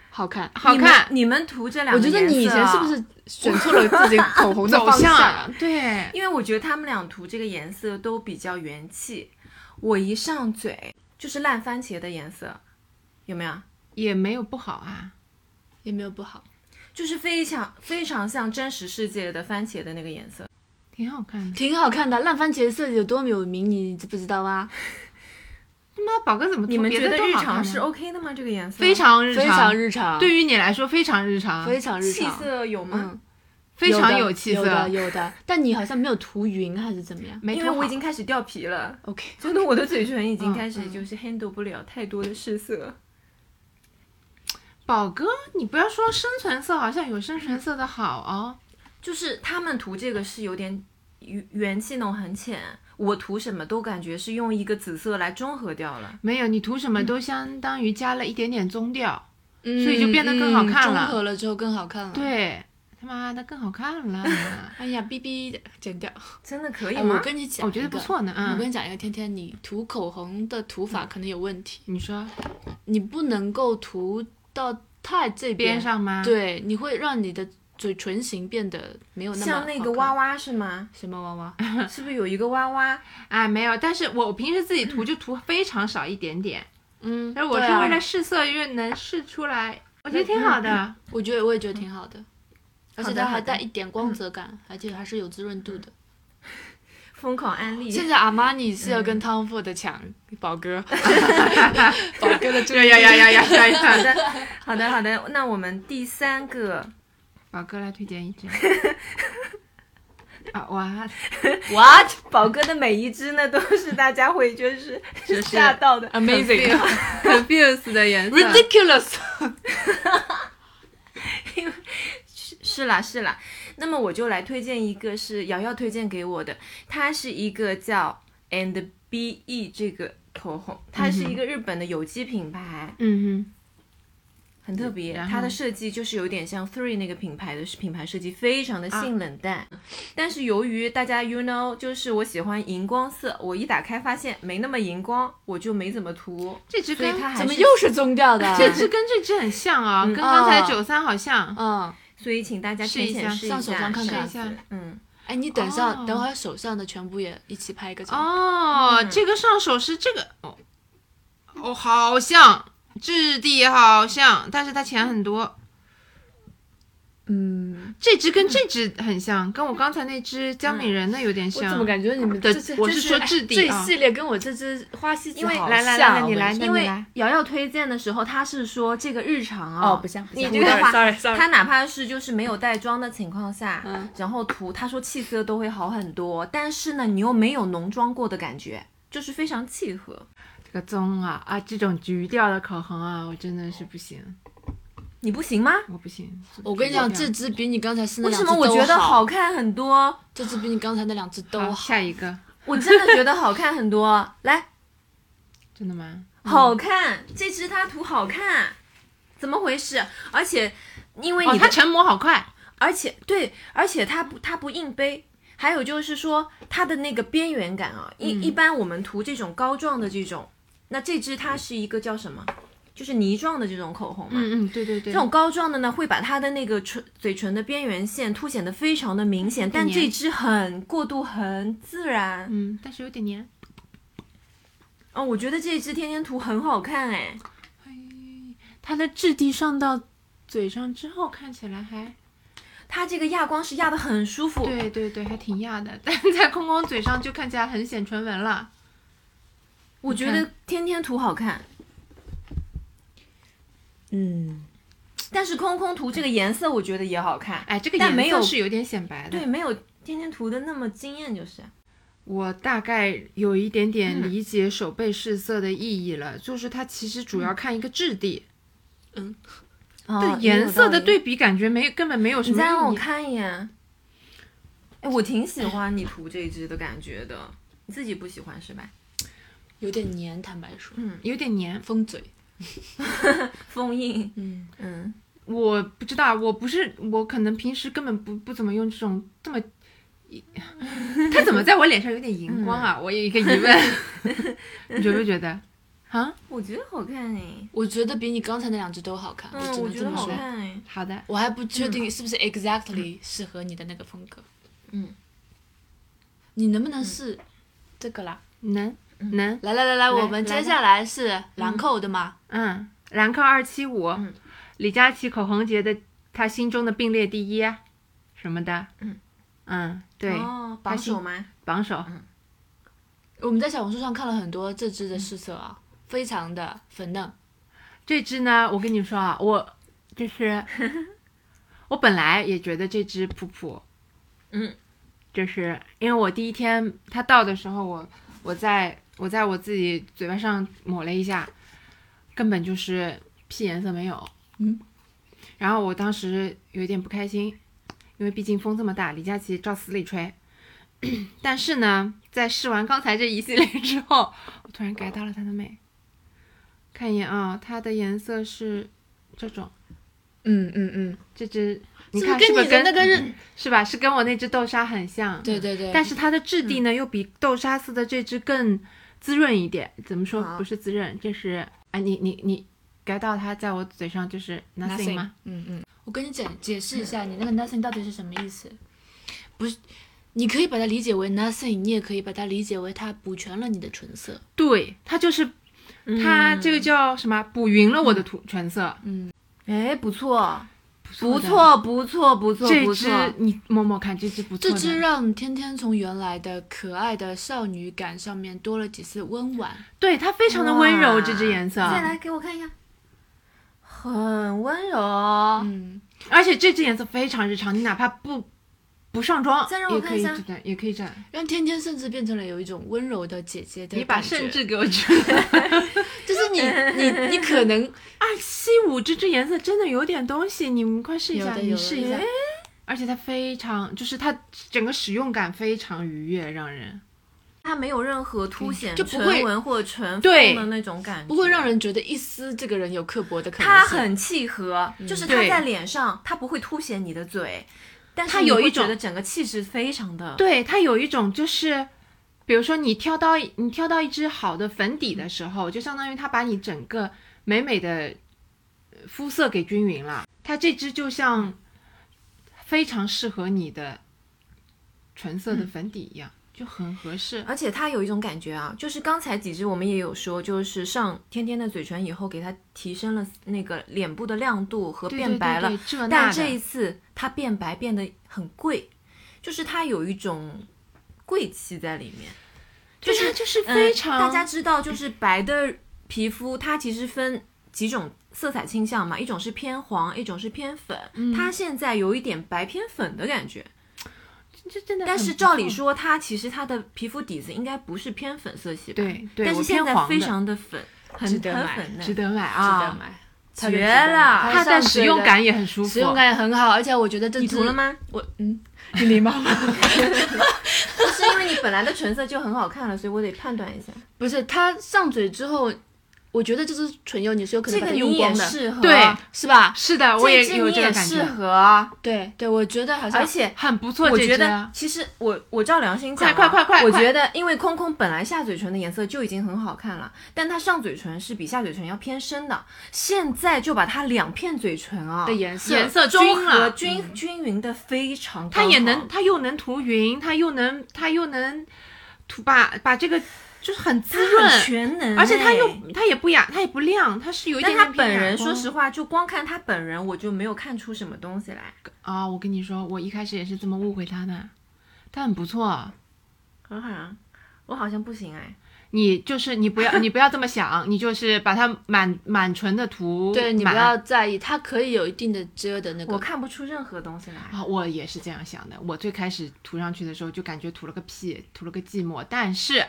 S2: 好看，
S3: 好
S1: 你们
S3: 看，
S1: 你们涂这两
S2: 我
S1: 个
S2: 觉
S1: 颜色
S2: 得
S1: 啊，
S2: 你以前是不是选错 [LAUGHS] 了自己口红的
S3: 走
S2: 方向？
S3: 向对。
S1: 因为我觉得他们俩涂这个颜色都比较元气。我一上嘴就是烂番茄的颜色，有没有？
S3: 也没有不好啊，
S2: 也没有不好，
S1: 就是非常非常像真实世界的番茄的那个颜色。
S3: 挺好看的。
S2: 挺好看的。烂番茄色有多么有名，你知不知道啊？
S3: 他妈宝哥怎么涂
S1: 你们
S3: 别
S1: 觉
S3: 的
S1: 得
S3: 都
S1: 日
S3: 好看
S1: 常是
S3: 吗
S1: OK 的吗？这个颜色
S3: 非常日
S2: 嗯非常日常，，啊
S3: 对于你来说非常日常，
S2: 非常日
S1: 气
S2: 常。
S1: 色有吗？
S2: 嗯，
S3: 非常
S2: 有的
S3: 气
S2: 有的
S3: 色。
S2: 有的，但你好像没有涂匀还是怎么样
S3: 没
S1: 因
S3: 涂
S1: 为我
S3: 好
S1: 已经开始掉皮了，
S2: ？OK，
S1: 真的，我的嘴唇已经
S3: 嗯
S1: 开始就是 handle 不了太多的试色。
S3: 宝哥，你不要说深唇色，好像有深唇色的好哦。
S1: 就是他们涂这个是有点元元气那种很浅，我涂什么都感觉是用一个紫色来中和掉了。
S3: 没有，你涂什么都相当于加了一点点棕调，
S2: 所
S3: 以就变得更好看了
S2: 嗯综合了之后更好看了。，
S3: 对，他妈的更好
S2: [LAUGHS]
S3: 看了。
S2: 哎呀，B B 剪掉。
S1: 真的可以
S2: 哎，
S1: 吗？
S2: 我跟你讲，
S3: 我觉得不。错呢啊
S2: 我。跟你讲一个，天天你涂口红的涂法可能有问题，
S3: 你说
S2: 你不能够涂到太这
S3: 边上吗？，
S2: 对，你会让你的嘴唇形变得没有那么
S1: 像那个
S2: 好看
S1: 娃娃是吗？
S2: 什么娃
S3: 嗯
S2: 娃，
S1: 是不是有一个娃娃？
S3: 哎，没有，但是我我平时自己涂就涂非常少一点点，
S2: 嗯，
S3: 哎但是我
S2: 对
S3: 是
S2: 啊
S3: 为了试色，因为能试出来，我觉得挺 [LAUGHS] 好的。
S2: 我觉得我也觉得挺好的，而且
S1: 好的
S2: 它还
S1: 好的
S2: 带一点光泽感，
S4: 嗯
S2: 而且还是有滋润度的。
S1: 疯狂安
S2: [LAUGHS]
S1: 利，
S2: 现在阿玛尼是要跟汤 o 的抢宝哥，
S4: 嗯
S2: 宝哥的注
S3: 呀
S1: [LAUGHS]
S2: 意
S3: 呀
S2: 力
S3: 呀呀呀呀呀！ [LAUGHS]
S1: 好的，好的，好的。那我们第三个，
S3: 宝哥来推荐一支。啊哇！
S2: ，what
S1: 宝哥的每一支呢，都是大家会就是
S3: 就是
S1: 吓到的。
S2: amazing
S3: confuse 的颜
S2: [LAUGHS] ridiculous，
S1: 是啦，是啦。那么我就来推荐一个是瑶瑶推荐给我的，它是一个叫 and be 这个口红，它是一个日本的有机品牌，
S3: 嗯
S1: 很特别。
S3: 然后
S1: 它的设计就是有点像 Three 那个品牌的品牌设计，非常的性冷淡。但是由于大家 you know，就是我喜欢荧光色，我一打开发现没那么荧光，我就没怎么涂
S3: 哼，。这支
S1: 所以
S3: 跟
S4: 哎
S1: 它还
S2: 怎么
S1: 是
S2: 又是棕
S4: [LAUGHS]
S2: 调的啊？
S3: 这哦支跟这支很像啊，跟刚才九三好像。
S2: 嗯，
S1: 所以请大家
S3: 试一
S1: 浅浅
S3: 下
S1: 试一下，
S2: 上手上看看
S3: 试一下
S1: 嗯，
S2: 哎，你等上，
S3: 哦
S2: 等会儿手上的全部也一起拍一个照。
S3: 哦，
S1: 嗯
S3: 这个上手是这个哦，哦，好像质地好像，但是它浅很多。
S4: 嗯，
S3: 这只跟这只很像，跟我刚才那只江美人的有点
S4: 我
S3: 像。
S4: 怎么感觉你们
S3: 对
S4: 这次
S3: 我
S4: 这
S3: 是
S4: 次
S3: 说
S4: 哎
S3: 质地
S4: 这
S3: 啊
S4: 一系列跟我这只花西子
S1: 因为
S4: 好
S3: 来来
S4: 像
S3: 来
S4: 啊
S3: 你
S4: 我
S3: 来
S4: 跟
S3: 那
S4: 你
S1: 因为
S3: 你来
S1: 瑶瑶推荐的时候，她是说这个日常啊，
S4: 哦，
S2: 嗯
S4: 不像，不
S1: 你
S4: 像
S1: 这个话
S4: sorry sorry，
S1: 它哪怕是就是没有带妆的情况下，
S3: 嗯
S1: 然后涂，他说气色都会好很多，但是呢，你又没有浓妆过的感觉，就是非常契合。
S3: 这个棕啊啊，这种橘调的口红啊，我真的是不行，
S1: 你不行吗？
S3: 我不行。
S2: 我跟你讲，
S3: 橘调
S2: 这支比你刚才是那
S1: 为
S2: 两
S1: 什
S2: 只
S1: 么我
S2: 都
S1: 觉得
S2: 好
S1: 好？看很多？
S2: 这支比你刚才那两只都
S3: 好，
S2: 好。
S3: 下一个，
S1: 我真的觉得好看很多。来，
S3: 真的吗？哦
S1: 好看，这支它涂好看，怎么回事？而且因为
S3: 哦，
S1: 你
S3: 它
S1: 的
S3: 成膜好快，
S1: 而且对，而且它不它不硬杯。还有就是说，它的那个边缘感啊，一、
S3: 嗯
S1: 一般我们涂这种膏状的这种，那这支它是一个叫什么？就是泥状的这种口红嘛。
S3: 嗯嗯，对对对，
S1: 这种膏状的呢，会把它的那个唇嘴唇的边缘线凸显的非常的明显，但
S3: 黏
S1: 这支很过渡很自然。嗯、
S3: 嗯，但是有点黏。
S1: 哦，我觉得这支天天涂很好看哎，
S3: 它的质地上到嘴上之后，看起来还
S1: 它这个压光是压的很舒服。
S3: 对对对，还挺压的，但在空空嘴上就看起来很显唇纹了。
S1: 我觉
S3: 你
S1: 得天天涂好看，
S4: 嗯，
S1: 但是空空涂这个颜色我觉得也好看。
S3: 哎，这个
S1: 但
S3: 颜
S1: 没有
S3: 色是有点显白的。
S1: 对，没有天天涂的那么惊艳，就是
S3: 我大概有一点点
S1: 嗯
S3: 理解手背试色的意义了，就是它其实主要看一个质地，
S1: 哦
S3: 对颜色的。
S1: 也有道理
S3: 对比感觉没根本没有什
S1: 你
S3: 么
S1: 再让
S3: 意
S1: 我
S3: 义。
S1: 看一眼，哎，我挺喜欢你涂这一支的感觉的，你自己不喜欢是吧？
S2: 有点黏，坦白说，
S3: 有点黏，
S2: 封嘴。
S1: 封印，
S2: 嗯，
S1: 嗯。
S3: 我不知道，我不是我可能平时根本不不怎么用这种这么， [LAUGHS] 它怎么在我脸上有点荧光
S1: 嗯
S3: 啊？我有一个疑问， [LAUGHS] 你觉不觉得？ [LAUGHS] 啊，
S1: 我觉得好看哎，
S2: 我觉得比你刚才那两只都好看。
S1: 嗯，
S2: 只
S1: 我
S2: 能
S1: 觉
S2: 这
S1: 得
S2: 么
S1: 好
S2: 说。
S1: 看嗯哎。
S3: 好的，
S2: 我还不确定是不是 exactly 适合你的那个风格。
S1: 嗯，
S2: 你能不能是这个啦？
S3: 能
S1: 嗯
S3: 能，
S2: 来来来来，我们
S3: 来
S2: 接下来是兰蔻的嘛？
S3: 嗯，兰蔻二七五，李佳琦口红节的他心中的并列第一啊什么的，
S1: 嗯
S3: 嗯对，
S1: 哦，榜首吗？
S3: 榜首，
S1: 嗯
S2: 我们在小红书上看了很多这支的试色啊，非常的粉嫩。
S3: 这支呢，我跟你说啊，我 [LAUGHS] 就是我本来也觉得这支普普，
S1: 嗯，
S3: 就是因为我第一天它到的时候，我我在我在我自己嘴巴上抹了一下，根本就是屁颜色没有，
S2: 嗯，
S3: 然后我当时有一点不开心，因为毕竟风这么大，李佳琦照死里吹。 [COUGHS] 但是呢，在试完刚才这一系列之后，我突然 get 到了它的美。看一眼啊，它的颜色是这种，
S4: 嗯嗯嗯，
S3: 这只你
S2: 是
S3: 看
S2: 不是
S3: 不
S2: 跟
S3: 是
S2: 你的
S3: 跟
S2: 那个日？
S3: 是吧？是跟我那只豆沙很像，
S2: 对对对，
S3: 但是它的质地呢、又比豆沙丝的这只更滋润一点。怎么说？
S1: 好
S3: 不是滋润，就是啊，你你你 get 到它在我嘴上就是 nothing 吗？
S4: 嗯嗯，
S2: 我跟你解解释一下，你那个 nothing 到底是什么意思？不是，你可以把它理解为 nothing，你也可以把它理解为它补全了你的唇色。
S3: 对，它就是
S1: 嗯
S3: 它这个叫什么？补匀了我的涂唇色。
S1: 哎，不错，
S3: 错
S1: 不
S3: 的
S1: 错，不错，不错，
S3: 这
S1: 不
S3: 只
S1: 错。
S3: 你摸摸看，这只不错
S2: 这
S3: 的。
S2: 支让天天从原来的可爱的少女感上面多了几丝温婉，
S3: 对它非常的温柔，
S1: 哇
S3: 这支颜色，
S1: 再来给我看一下，很温柔。
S2: 嗯，
S3: 而且这支颜色非常日常，你哪怕不不上妆，
S1: 再让我
S3: 也可以
S1: 看一
S3: 这
S1: 下
S3: 样，也可以这样。
S2: 让天天甚至变成了有一种温柔的姐姐的
S3: 你把
S2: 感觉
S3: 甚至给我
S2: [LAUGHS]
S3: 出来。
S2: 就是你你你可能
S3: 二七啊五这支颜色真的有点东西，你们快试一
S2: 有
S3: 下，
S2: 的
S3: 你
S2: 有的
S3: 试一
S2: 有
S3: 下哎
S2: 的。
S3: 而且它非常，就是它整个使用感非常愉悦，让人
S1: 它没有任何
S3: 嗯
S1: 凸显
S2: 就不
S1: 唇
S2: 会
S1: 纹或唇缝
S3: 对
S1: 的那种感觉，
S2: 不会让人觉得一丝这个人有刻薄的可能
S1: 它
S2: 性。
S1: 很契合，就是它
S3: 嗯对
S1: 在脸上，它不会凸显你的嘴，但是
S3: 它
S1: 你
S3: 有
S1: 会
S3: 一种
S1: 觉得整个气质非常的
S3: 对它有一种就是。比如说你挑到你挑到一支好的粉底的时候，就相当于它把你整个美美的呃肤色给均匀了。它这支就
S1: 嗯
S3: 像非常适合你的唇色的粉底一样，就很合适。
S1: 而且它有一种感觉啊，就是刚才几支我们也有说，就是上天天的嘴唇以后，给它提升了那个脸部的亮度和
S3: 对
S1: 变白了。
S3: 对对对这那
S1: 但
S3: 的
S1: 这一次它变白变得很贵，就是它有一种贵气在里面。
S3: 就
S1: 就是
S3: 是就是
S1: 嗯
S3: 非常、
S1: 大家知道，就是白的皮肤，它其实分几种色彩倾向嘛，一种是偏黄，一种是偏粉。它现在有一点白偏粉的感觉，
S3: 这真的很
S1: 但
S3: 不错，
S1: 是照理说，它其实它的皮肤底子应该不是偏粉色系吧？
S3: 对对
S1: 但
S3: 我
S1: 是
S3: 偏
S1: 现在
S3: 黄
S1: 非
S3: 的
S1: 常的粉，很
S4: 值得
S1: 很
S4: 买
S1: 粉嫩，
S3: 值得买
S4: 值得
S3: 啊，
S4: 买，
S1: 绝
S4: 值得买
S1: 了！
S3: 它
S4: 它
S3: 的
S4: 上
S3: 使
S4: 水
S3: 用
S4: 的
S3: 感也很舒服，
S2: 使用感也很好，而且我觉得这
S1: 你
S2: 支
S1: 涂了 [LAUGHS]
S2: [LAUGHS]
S1: 吗？
S4: 你礼貌吗？
S1: 不是因为你本来的唇色就很好看了，所以我得判断一下。
S2: 不是它上嘴之后，我觉得这支唇釉你是有可能
S1: 这
S2: 把
S1: 个
S2: 它
S1: 你
S2: 用
S1: 也
S2: 光的，
S1: 适合，啊
S3: 对
S2: 是吧？
S3: 是的，我
S1: 这
S3: 也
S1: 支
S3: 有
S1: 你
S3: 这个
S1: 也
S3: 感
S1: 适
S3: 觉，
S1: 合啊，
S2: 对对，我觉得好像
S1: 而且
S3: 很不错。
S1: 我
S3: 这
S1: 觉
S3: 支啊
S1: 得，其实我我照良心讲啊，
S3: 快快快快
S1: 我
S3: 快
S1: 觉得，因为空空本来下嘴唇的颜色就已经很好看了，但她上嘴唇是比下嘴唇要偏深的，现在就把她两片嘴唇啊
S2: 的颜色
S3: 颜色
S1: 中
S3: 均
S1: 和
S3: 了，嗯
S1: 均、均匀的非常刚
S3: 它
S1: 好，
S3: 也能，它又能涂匀，它又能，它又能涂把把这个就是很滋
S1: 她很
S3: 润，
S1: 全能哎，
S3: 而且它又它也不哑，它也不亮，它是有一
S1: 但
S3: 点
S1: 她
S3: 点嗯
S1: 本
S3: 偏哑
S1: 人，说
S3: 光
S1: 实话，就光看她本人，我就没有看出什么东西来，
S3: 啊，我跟你说，我一开始也是这么误会他的，他很不错。
S1: 很好啊，我好像不行哎，
S3: 你就是你不要你不要这么想，你就是把它满满唇的涂
S2: 对你不
S3: 满
S2: 要在意，它可以有一定的遮的那
S1: 我
S2: 个。
S1: 看不出任何东西来，
S3: 啊，我也是这样想的。我最开始涂上去的时候就感觉涂了个屁，涂了个寂寞。但是，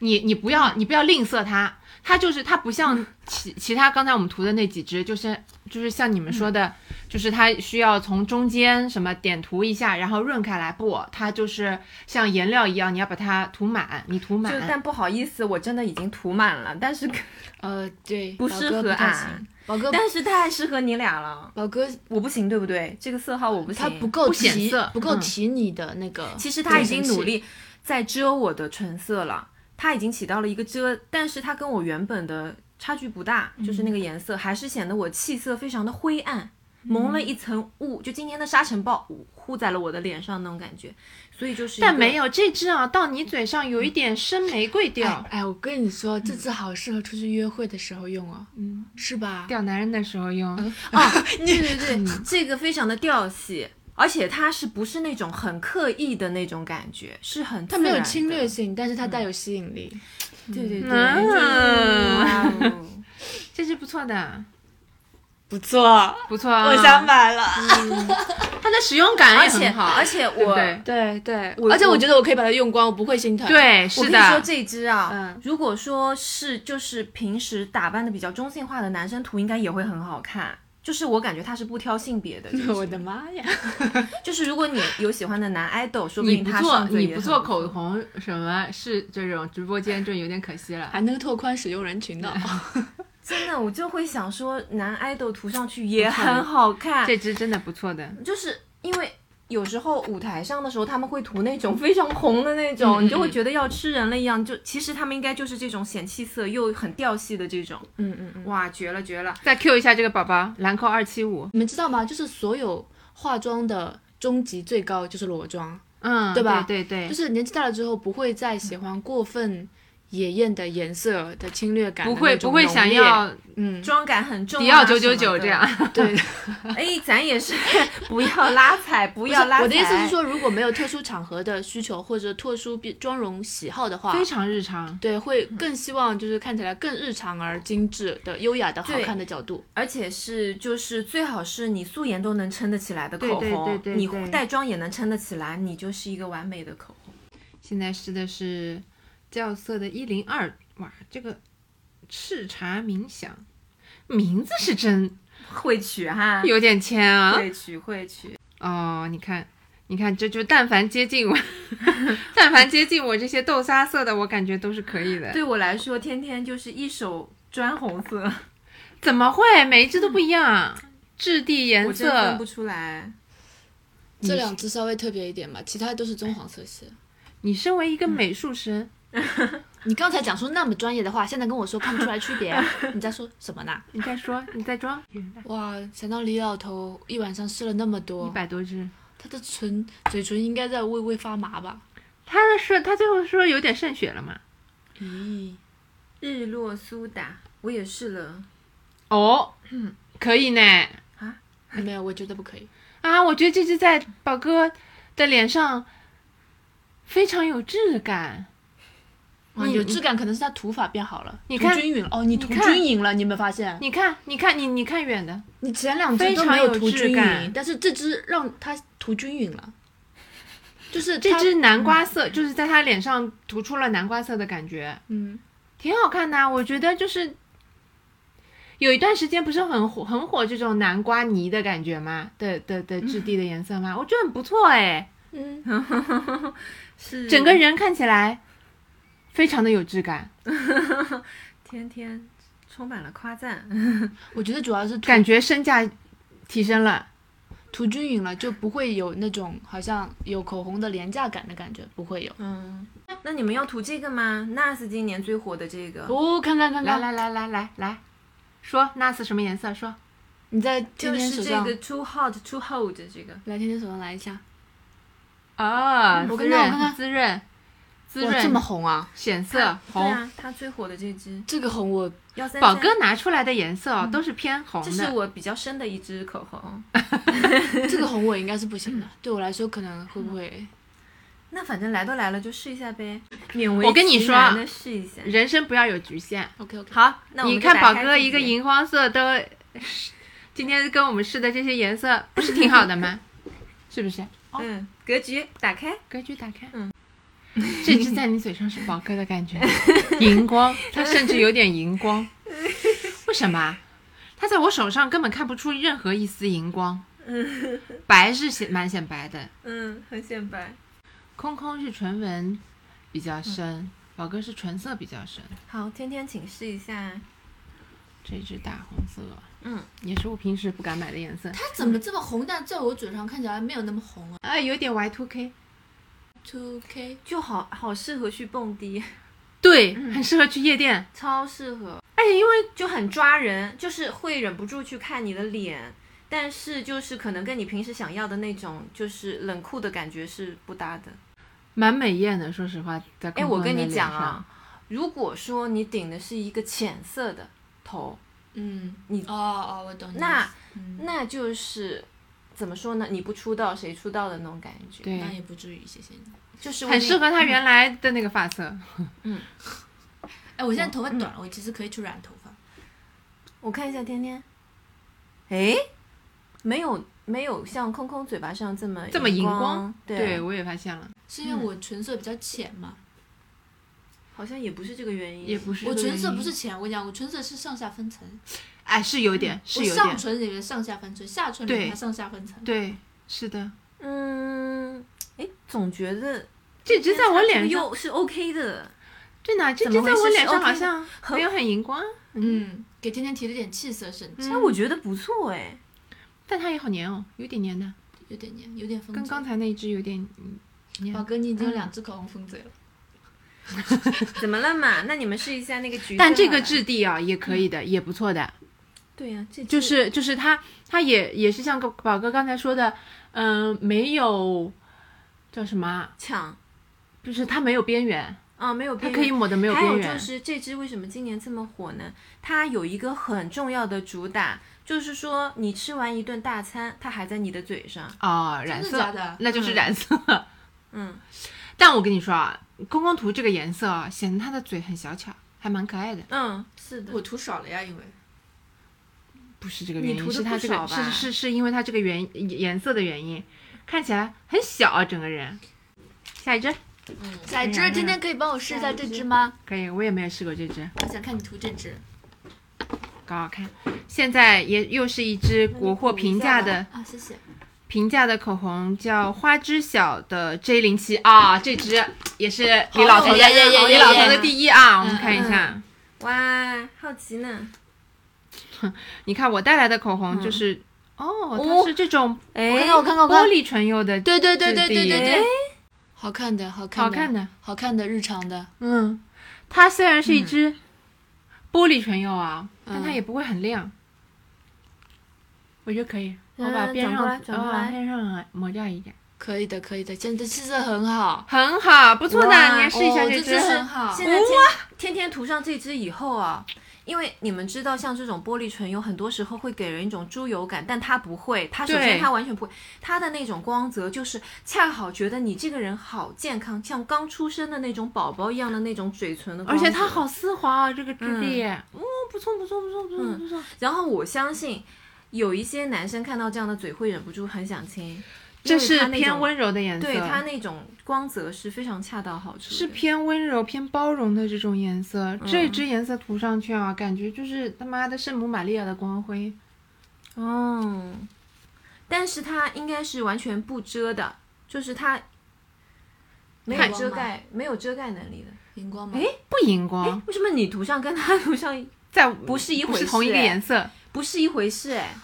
S3: 你你不要你不要吝啬它，它就是它不
S1: 嗯
S3: 像其其他刚才我们涂的那几支，就是就是像你们
S1: 嗯
S3: 说的，就是它需要从中间什么点涂一下，然后润开来。不，它就是像颜料一样，你要把它涂满，你涂
S1: 就
S3: 满。
S1: 但不好意思，我真的已经涂满了，但是
S2: 呃，对，
S1: 不
S2: 宝
S1: 适
S2: 哥
S1: 合
S2: 不太
S1: 啊
S2: 行。宝哥，
S1: 但是太适合你俩了。
S2: 宝哥
S1: 我不行，对不对？这个色号我不行。
S2: 他不够
S3: 不显
S2: 提
S3: 色
S2: 不够
S3: 嗯
S2: 提你的那个。
S1: 其实他已经努力在遮我的唇色了，他已经起到了一个遮，但是他跟我原本的差距不大，就是那个颜色、还是显得我气色非常的灰暗，蒙了一层雾，就今天的沙尘暴糊糊在了我的脸上那种感觉，所以就是。嗯
S3: 但没
S1: 有，
S3: 有这支啊，到你嘴上有一点深玫瑰调
S2: 哎，哎，我跟你说，这支好适合出去约会的时候用哦，嗯，是吧？
S3: 钓男人的时候用。
S1: [LAUGHS] 嗯对对对，这个非常的调戏。而且它是不是那种很刻意的那种感觉，是很
S2: 它没
S1: 自
S2: 有
S1: 然的
S2: 侵略，性，但是它带有吸引力。
S1: 对对对，
S3: 嗯
S1: 就是哇哦
S3: 这支不错的，
S2: 不错，
S3: 不错啊。
S2: 买了。
S3: 它的使用感
S1: 而
S3: 也
S1: 且
S3: 很好，
S1: 而且
S3: 对不
S1: 我
S3: 对？
S2: 对对，
S1: 我
S2: 而且
S1: 我
S2: 我觉得我可以把它用光，我不会心疼。，
S3: 对，
S1: 我
S3: 是
S1: 跟你说
S3: 的，
S1: 这支啊，
S2: 嗯
S1: 如果说是就是平时打扮的比较中性化的男生涂，应该也会很好看。就是我感觉他是不挑性别的，
S2: [LAUGHS]
S3: [LAUGHS]
S2: 我的妈呀！
S1: 就是如果你有喜欢的男 idol，说不
S3: 你
S1: 定
S3: 不
S1: 他
S3: 做
S1: 上嘴
S3: 你
S1: 也
S3: 不
S1: 很
S3: 做口红什么，是这种直播间就有点可惜了。
S2: 还能拓宽使用人群呢。
S1: 真的我就会想说，男 idol 涂上去也
S3: 不错
S1: 很好看，
S3: 这支真的不错的，
S1: 就是因为。有时候舞台上的时候，他们会涂那种非常红的那
S3: 嗯
S1: 种，你就会觉得要吃人了一样。就其实他们应该就是这种显气色又很调戏的这种，
S2: 嗯嗯嗯。
S1: 哇，绝了绝了！
S3: 再 Q 一下这个宝宝，兰蔻二七五，
S2: [LAUGHS] 你们知道吗？就是所有化妆的终极最高就是裸妆，
S3: 嗯，
S2: 对吧
S3: 对对
S2: 就
S3: 对，
S2: 是年纪大了之后不会再喜欢过分野艳的颜色的侵略感的
S3: 不
S2: 那
S3: 会
S2: 种
S3: 不会
S2: 浓
S3: 想
S2: 烈，
S3: 要
S2: 嗯， [LAUGHS]
S1: 妆感很重、啊，
S3: 迪奥九九九这样。
S2: 对。
S1: [LAUGHS] 哎，咱也是 [LAUGHS] 不要拉踩，不
S2: 不
S1: 要
S2: 是
S1: 拉踩。
S2: 我的意思是，说，如果没有特殊场合的需求或者特殊比妆容喜好的话，
S3: 非常日常。
S2: 对，会更希望就是看起来更日常而精致的、优雅的好
S1: 对
S2: 看的角度。
S1: 而且是就是最好是你素颜都能撑得起来的口红，
S3: 对对对对对
S1: 你带妆也能撑得起来，你就是一个完美的口红。
S3: 现在试的是酵色的一零二，哇，这个赤茶冥想，名字是真
S1: 会取哈，
S3: 有点签啊。
S1: 会取会取。
S3: 哦，你看，你看，这就但凡接近我， [LAUGHS] 但凡接近我这些豆沙色的，我感觉都是可以的。
S1: 对我来说，天天就是一手砖红色，
S3: 怎么会？每一支都不一样，啊质地、
S1: 我
S3: 颜
S1: 真分
S3: 色
S1: 不。出来。
S2: 这两支稍微特别一点吧，其他都是棕黄色系。
S3: 你身为一
S1: 嗯
S3: 个美术生，
S2: 你刚才讲出那么专业的话，现在跟我说看不出来区 [LAUGHS] 别啊、你在说什么呢？
S3: 你在说，你在装，一
S2: 哇，想到李老头一晚上试了那么多，
S3: 百多支，
S2: 他的唇、嘴唇应该在微微发麻吧？
S3: 他的说他最后说有点渗血了嘛？
S2: 咦，
S1: 日落苏打，我也试了。
S3: 哦，
S1: 嗯
S3: 可以呢
S2: 没有，我觉得不可以。
S3: 啊！我觉得这支在宝哥的脸上非常有质感。
S2: 嗯，有质感可能是它涂法变好了，
S3: 你
S2: 涂
S3: 看
S2: 均匀了。哦，你涂
S3: 看
S2: 均匀了，你有没有发现？
S3: 你看，你看，你你看远的，
S2: 你前两支
S3: 非
S2: 都
S3: 常
S2: 没有
S3: 有
S2: 涂
S3: 质
S2: 均匀
S3: 感，
S2: 但是这支让它涂均匀了，就是
S3: 这
S2: 它
S3: 支南瓜色就是在他脸上涂出了南瓜色的感觉，
S2: 嗯，
S3: 挺好看的、啊。我觉得就是有一段时间不是很火很火这种南瓜泥的感觉吗？的的的质地的颜色吗？我觉得很不错哎，
S2: 嗯，
S1: 是
S3: 整个人看起来非常的有质感，
S1: [LAUGHS] 天天充满了夸赞。
S2: 我觉得主要是涂
S3: 感觉身价提升了。
S2: 涂均匀了，就不会有那种好像有口红的廉价感的感觉，不会有。
S1: 嗯，那你们要涂这个吗？NARS 今年最火的这个，
S2: 哦，看看看
S3: 来
S2: 看，
S3: 来来来来来，说 NARS 什么颜色？说
S2: 你在
S1: 就
S2: 天天手
S1: 是这
S2: 上
S1: 个 Too Hot Too Hold 的这个，
S2: 来天天手上来一下，
S3: 啊
S2: 我
S3: 我
S2: 看
S3: 跟
S2: 看我
S3: 看
S2: 看看
S3: 滋润滋
S2: 哇，这么
S3: 润
S2: 红啊！
S3: 显
S1: 它
S3: 色红。
S1: 对啊，它最火的这支
S2: 这个红我
S1: 幺三
S3: 宝哥拿出来的颜色哦，都是偏红
S1: 这是
S3: 的。
S1: 我比较深的一支口红。
S2: 这个红我应该是不行的，对我来说可能会不会
S1: 那反正来都来了，就试一下呗。勉为
S3: 我跟你
S1: 其
S3: 说
S1: 难的试一下。
S3: 人生不要有局限。
S2: OK OK
S1: 好，那我们
S3: 你
S1: 就
S3: 看
S1: 打
S3: 宝
S1: 开
S3: 哥
S1: 自
S3: 一个
S1: 己，
S3: 荧光色都，今天跟我们试的这些颜色不是挺好
S1: [LAUGHS]
S3: 的吗？是不是？
S1: 嗯，格局打开，
S3: 格局打开。嗯，这支在你嘴上是宝哥的感觉，
S1: [LAUGHS]
S3: 荧光，它甚至有点荧光。为什么啊？它在我手上根本看不出任何一丝荧
S1: [LAUGHS]
S3: 光。白是显蛮显白的，
S1: 嗯，很显白。
S3: 空空是唇纹比较深，宝哥是唇色比较深。
S1: 好，天天请试一下。
S3: 这支大红色，
S1: 嗯，
S3: 也是我平时不敢买的颜色。
S2: 它怎么这么红？但在我嘴上看起来没有那么红啊。
S3: 啊，有点 Y two K，
S2: Two K，
S1: 就好好适合去蹦迪，
S3: 对，很适合去夜店。
S1: 超适合，而且因为就很抓人，就是会忍不住去看你的脸，但是就是可能跟你平时想要的那种就是冷酷的感觉是不搭的。
S3: 蛮美艳的，说实话，在
S1: 哎，
S3: 空
S1: 我
S3: 空的
S1: 跟你
S3: 脸
S1: 讲
S3: 上
S1: 啊，，如果说你顶的是一个浅色的头，
S2: 嗯，
S1: 你
S2: 哦哦，我懂你的意
S1: 那
S2: 思。嗯
S1: 那就是怎么说呢？你不出道谁出道的那种感觉，
S2: 那
S3: 对，
S2: 也不至于，谢谢你。
S1: 就是我
S3: 很
S1: 那
S3: 适合他原来的那个发色。
S1: 嗯
S2: 哎，我现在头发短了，我其实可以去染头发。
S1: 我看一下天天，哎，没有没有像空空嘴巴上这么
S3: 这么荧光
S1: 对，
S3: 我也发现了，
S2: 是因为我唇色比较浅嘛，
S1: 好像也不是这个原因，
S3: 也不是
S2: 我
S3: 这个
S2: 唇色
S3: 原因
S2: 不是，浅，我跟你讲，我唇色是上下分层，
S3: 哎，是有
S1: 嗯
S3: 点，
S2: 我
S3: 是有
S2: 上
S3: 点，
S2: 唇里面上下分层，下唇里面
S3: 对
S2: 还上下分层。
S3: 对，是的，
S1: 嗯，哎，总觉得
S3: 这只在我脸上，
S1: 又是 OK 的，
S3: 对呢，这
S1: 怎
S3: 只
S1: 么
S3: 在
S1: 回事
S3: 我脸上
S1: 是
S3: 好
S1: OK
S3: 像没
S1: [LAUGHS]
S3: 有很荧光，
S2: 嗯，给天天提了点气色，甚至
S1: 哎，我觉得不错哎，
S3: 但它也好粘哦，有点粘的，
S2: 有点黏，有点
S3: 跟
S2: 风
S3: 刚
S2: 嘴。
S3: 才那一只有点粘
S2: 宝。哥，你已经有两支口红封嘴了。
S1: 怎么了嘛？那你们试一下那个橘色好了，
S3: 但这个质地啊，也可以的，也不错的，
S1: 对呀、这
S3: 就
S1: 支
S3: 是就是它它也也是像宝哥刚才说的，嗯、没有叫什么啊，
S1: 抢
S3: 就是它没有边缘，
S1: 啊，没有
S3: 它
S1: 边
S3: 可以
S1: 缘
S3: 抹的没有
S1: 还
S3: 边
S1: 有
S3: 缘，
S1: 就是这支为什么今年这么火呢？它有一个很重要的主打，就是说你吃完一顿大餐，它还在你的嘴上。
S3: 哦，染
S2: 真
S3: 色
S2: 的假的？
S3: 那就是染色。
S1: [LAUGHS] 嗯，
S3: 但我跟你说啊，公公涂这个颜色啊，显得他的嘴很小巧，还蛮可爱的。
S1: 嗯，是的，
S2: 我涂少了呀，因为
S3: 不是这个原
S1: 你
S3: 因，
S1: 涂得
S3: 是他这
S1: 不
S3: 个
S1: 少
S3: 是
S1: 吧
S3: 是是是因为他这个原颜色的原因，看起来很小啊，整个人。下一支
S2: 下一支
S3: 哎呀
S2: 天天可以帮我试一下这支吗？
S3: 可以，我也没有试过这支，
S2: 我想看你涂这支。
S3: 搞好看。现在也又是一支国货平价的
S2: 啊，谢谢。
S3: 平价的口红，叫花知晓的 J 零七啊，这支也是李老头的
S2: 耶耶耶耶耶
S3: 李老头的第一啊，我们
S2: 嗯
S3: 看一下。
S1: 哇，好奇呢。
S3: 你看我带来的口红就是，哦，它是这种
S1: 哎
S2: 我看看，我看看，我看
S3: 玻
S2: 看。
S3: 璃唇釉的，
S2: 对对对对
S3: 质
S2: 对
S3: 地
S2: 对
S1: 哎
S2: 对，好看的，好看的，
S3: 好看的，
S2: 好看的，日常的。
S3: 嗯，它虽然是一支玻璃唇釉啊，
S2: 嗯
S3: 但它也不会很亮，我觉得可以。
S1: 嗯
S3: 我把边
S1: 转过
S3: 上
S1: 来转过
S3: 我把
S1: 来
S3: 边上抹掉一点，
S2: 可以的，可以的，真的气色很好。
S3: 很好，不错的，
S1: 哇
S3: 你来试一下
S2: 哦
S3: 这
S2: 这
S3: 支
S2: 支。很好。
S1: 现在天天天涂上这支以后啊，因为你们知道，像这种玻璃唇油，很多时候会给人一种猪油感，但它不会。它首
S3: 对
S1: 先它完全不会，它的那种光泽就是恰好觉得你这个人好健康，像刚出生的那种宝宝一样的那种嘴唇的光
S3: 而
S1: 泽。
S3: 且它好丝滑啊，这个质地，哦，不错不错不错不错
S1: 嗯
S3: 不错，
S1: 然后我相信，有一些男生看到这样的嘴会忍不住很想亲，
S3: 这
S1: 因为
S3: 是
S1: 它那
S3: 偏
S1: 种
S3: 温柔的颜色，
S1: 对它那种光泽是非常恰到好处的，
S3: 是偏温柔、偏包容的这种颜色。这支颜色涂上去啊，感觉就是他妈的圣母玛利亚的光辉。
S1: 哦，但是它应该是完全不遮的，就是它没
S2: 太
S1: 有遮盖，没有遮盖能力的。
S2: 荧光吗？
S1: 哎
S3: 不荧
S1: 哎
S3: 光，，
S1: 为什么你涂上跟它涂上
S3: 在
S1: 不是一
S3: 不
S1: 回
S3: 是
S1: 事？
S3: 同一个
S1: 哎
S3: 颜色，
S1: 不是一回事哎，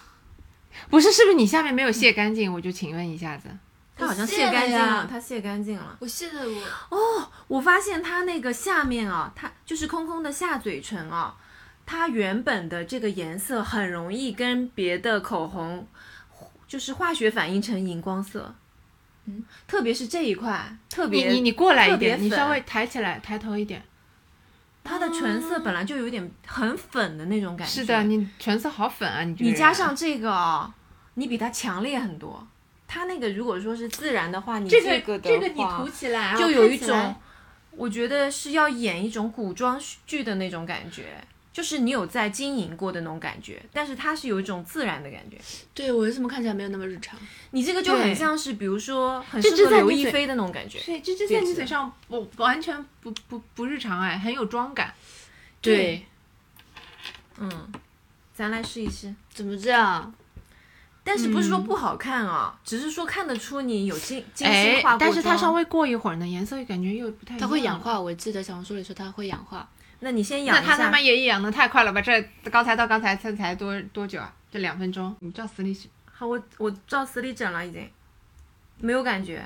S3: 不是是不是你下面没有卸干净？我就请问一下子，
S1: 它好像
S2: 我卸
S1: 卸干净
S2: 了呀
S1: 了，它卸干净了。
S2: 我卸的我
S1: 我发现它那个下面啊，它就是空空的下嘴唇啊，它原本的这个颜色很容易跟别的口红就是化学反应成荧光色，
S2: 嗯，
S1: 特别是这一块，特
S3: 你
S1: 别
S3: 你你过来一
S1: 特别
S3: 点，你稍
S1: 粉
S3: 微抬起来，抬头一点。
S1: 它的唇色本来就有点很粉的那种感觉。
S3: 是的，，你唇色好粉啊，你这个
S1: 你
S3: 人
S1: 加上这个哦，你比它强烈很多。它那个如果说是自然的话，你
S2: 这
S1: 个的
S2: 这个你
S1: 话
S2: 涂起来啊
S1: 就有一
S2: 看起来
S1: 种，我觉得是要演一种古装剧的那种感觉。就是你有在经营过的那种感觉，但是它是有一种自然的感觉。
S2: 对我为什么看起来没有那么日常？
S1: 你这个就很
S3: 对
S1: 像是，比如说很
S3: 这
S1: 适
S3: 只
S1: 合
S3: 在
S1: 刘
S3: 你
S1: 亦
S3: 嘴
S1: 菲的那种感觉。
S3: 对，这这在你嘴上不完全不不不日常哎，很有妆感。
S1: 对，嗯，咱来试一试。
S2: 怎么这样？
S1: 但是不是说不好看啊，只是说看得出你有精精
S3: 嗯哎
S1: 心化过妆，
S3: 但是它稍，微过一会儿呢，颜色感觉又不太一样了。
S2: 它会氧化，我记得小红书里说它会氧化。
S1: 那你先养
S3: 那
S1: 一
S3: 他他妈
S1: 下。
S3: 也养的太快了吧？这刚才到刚才才才多多久啊？这两分钟，你照死里去
S1: 好，我我照死里整了，已经没有感觉。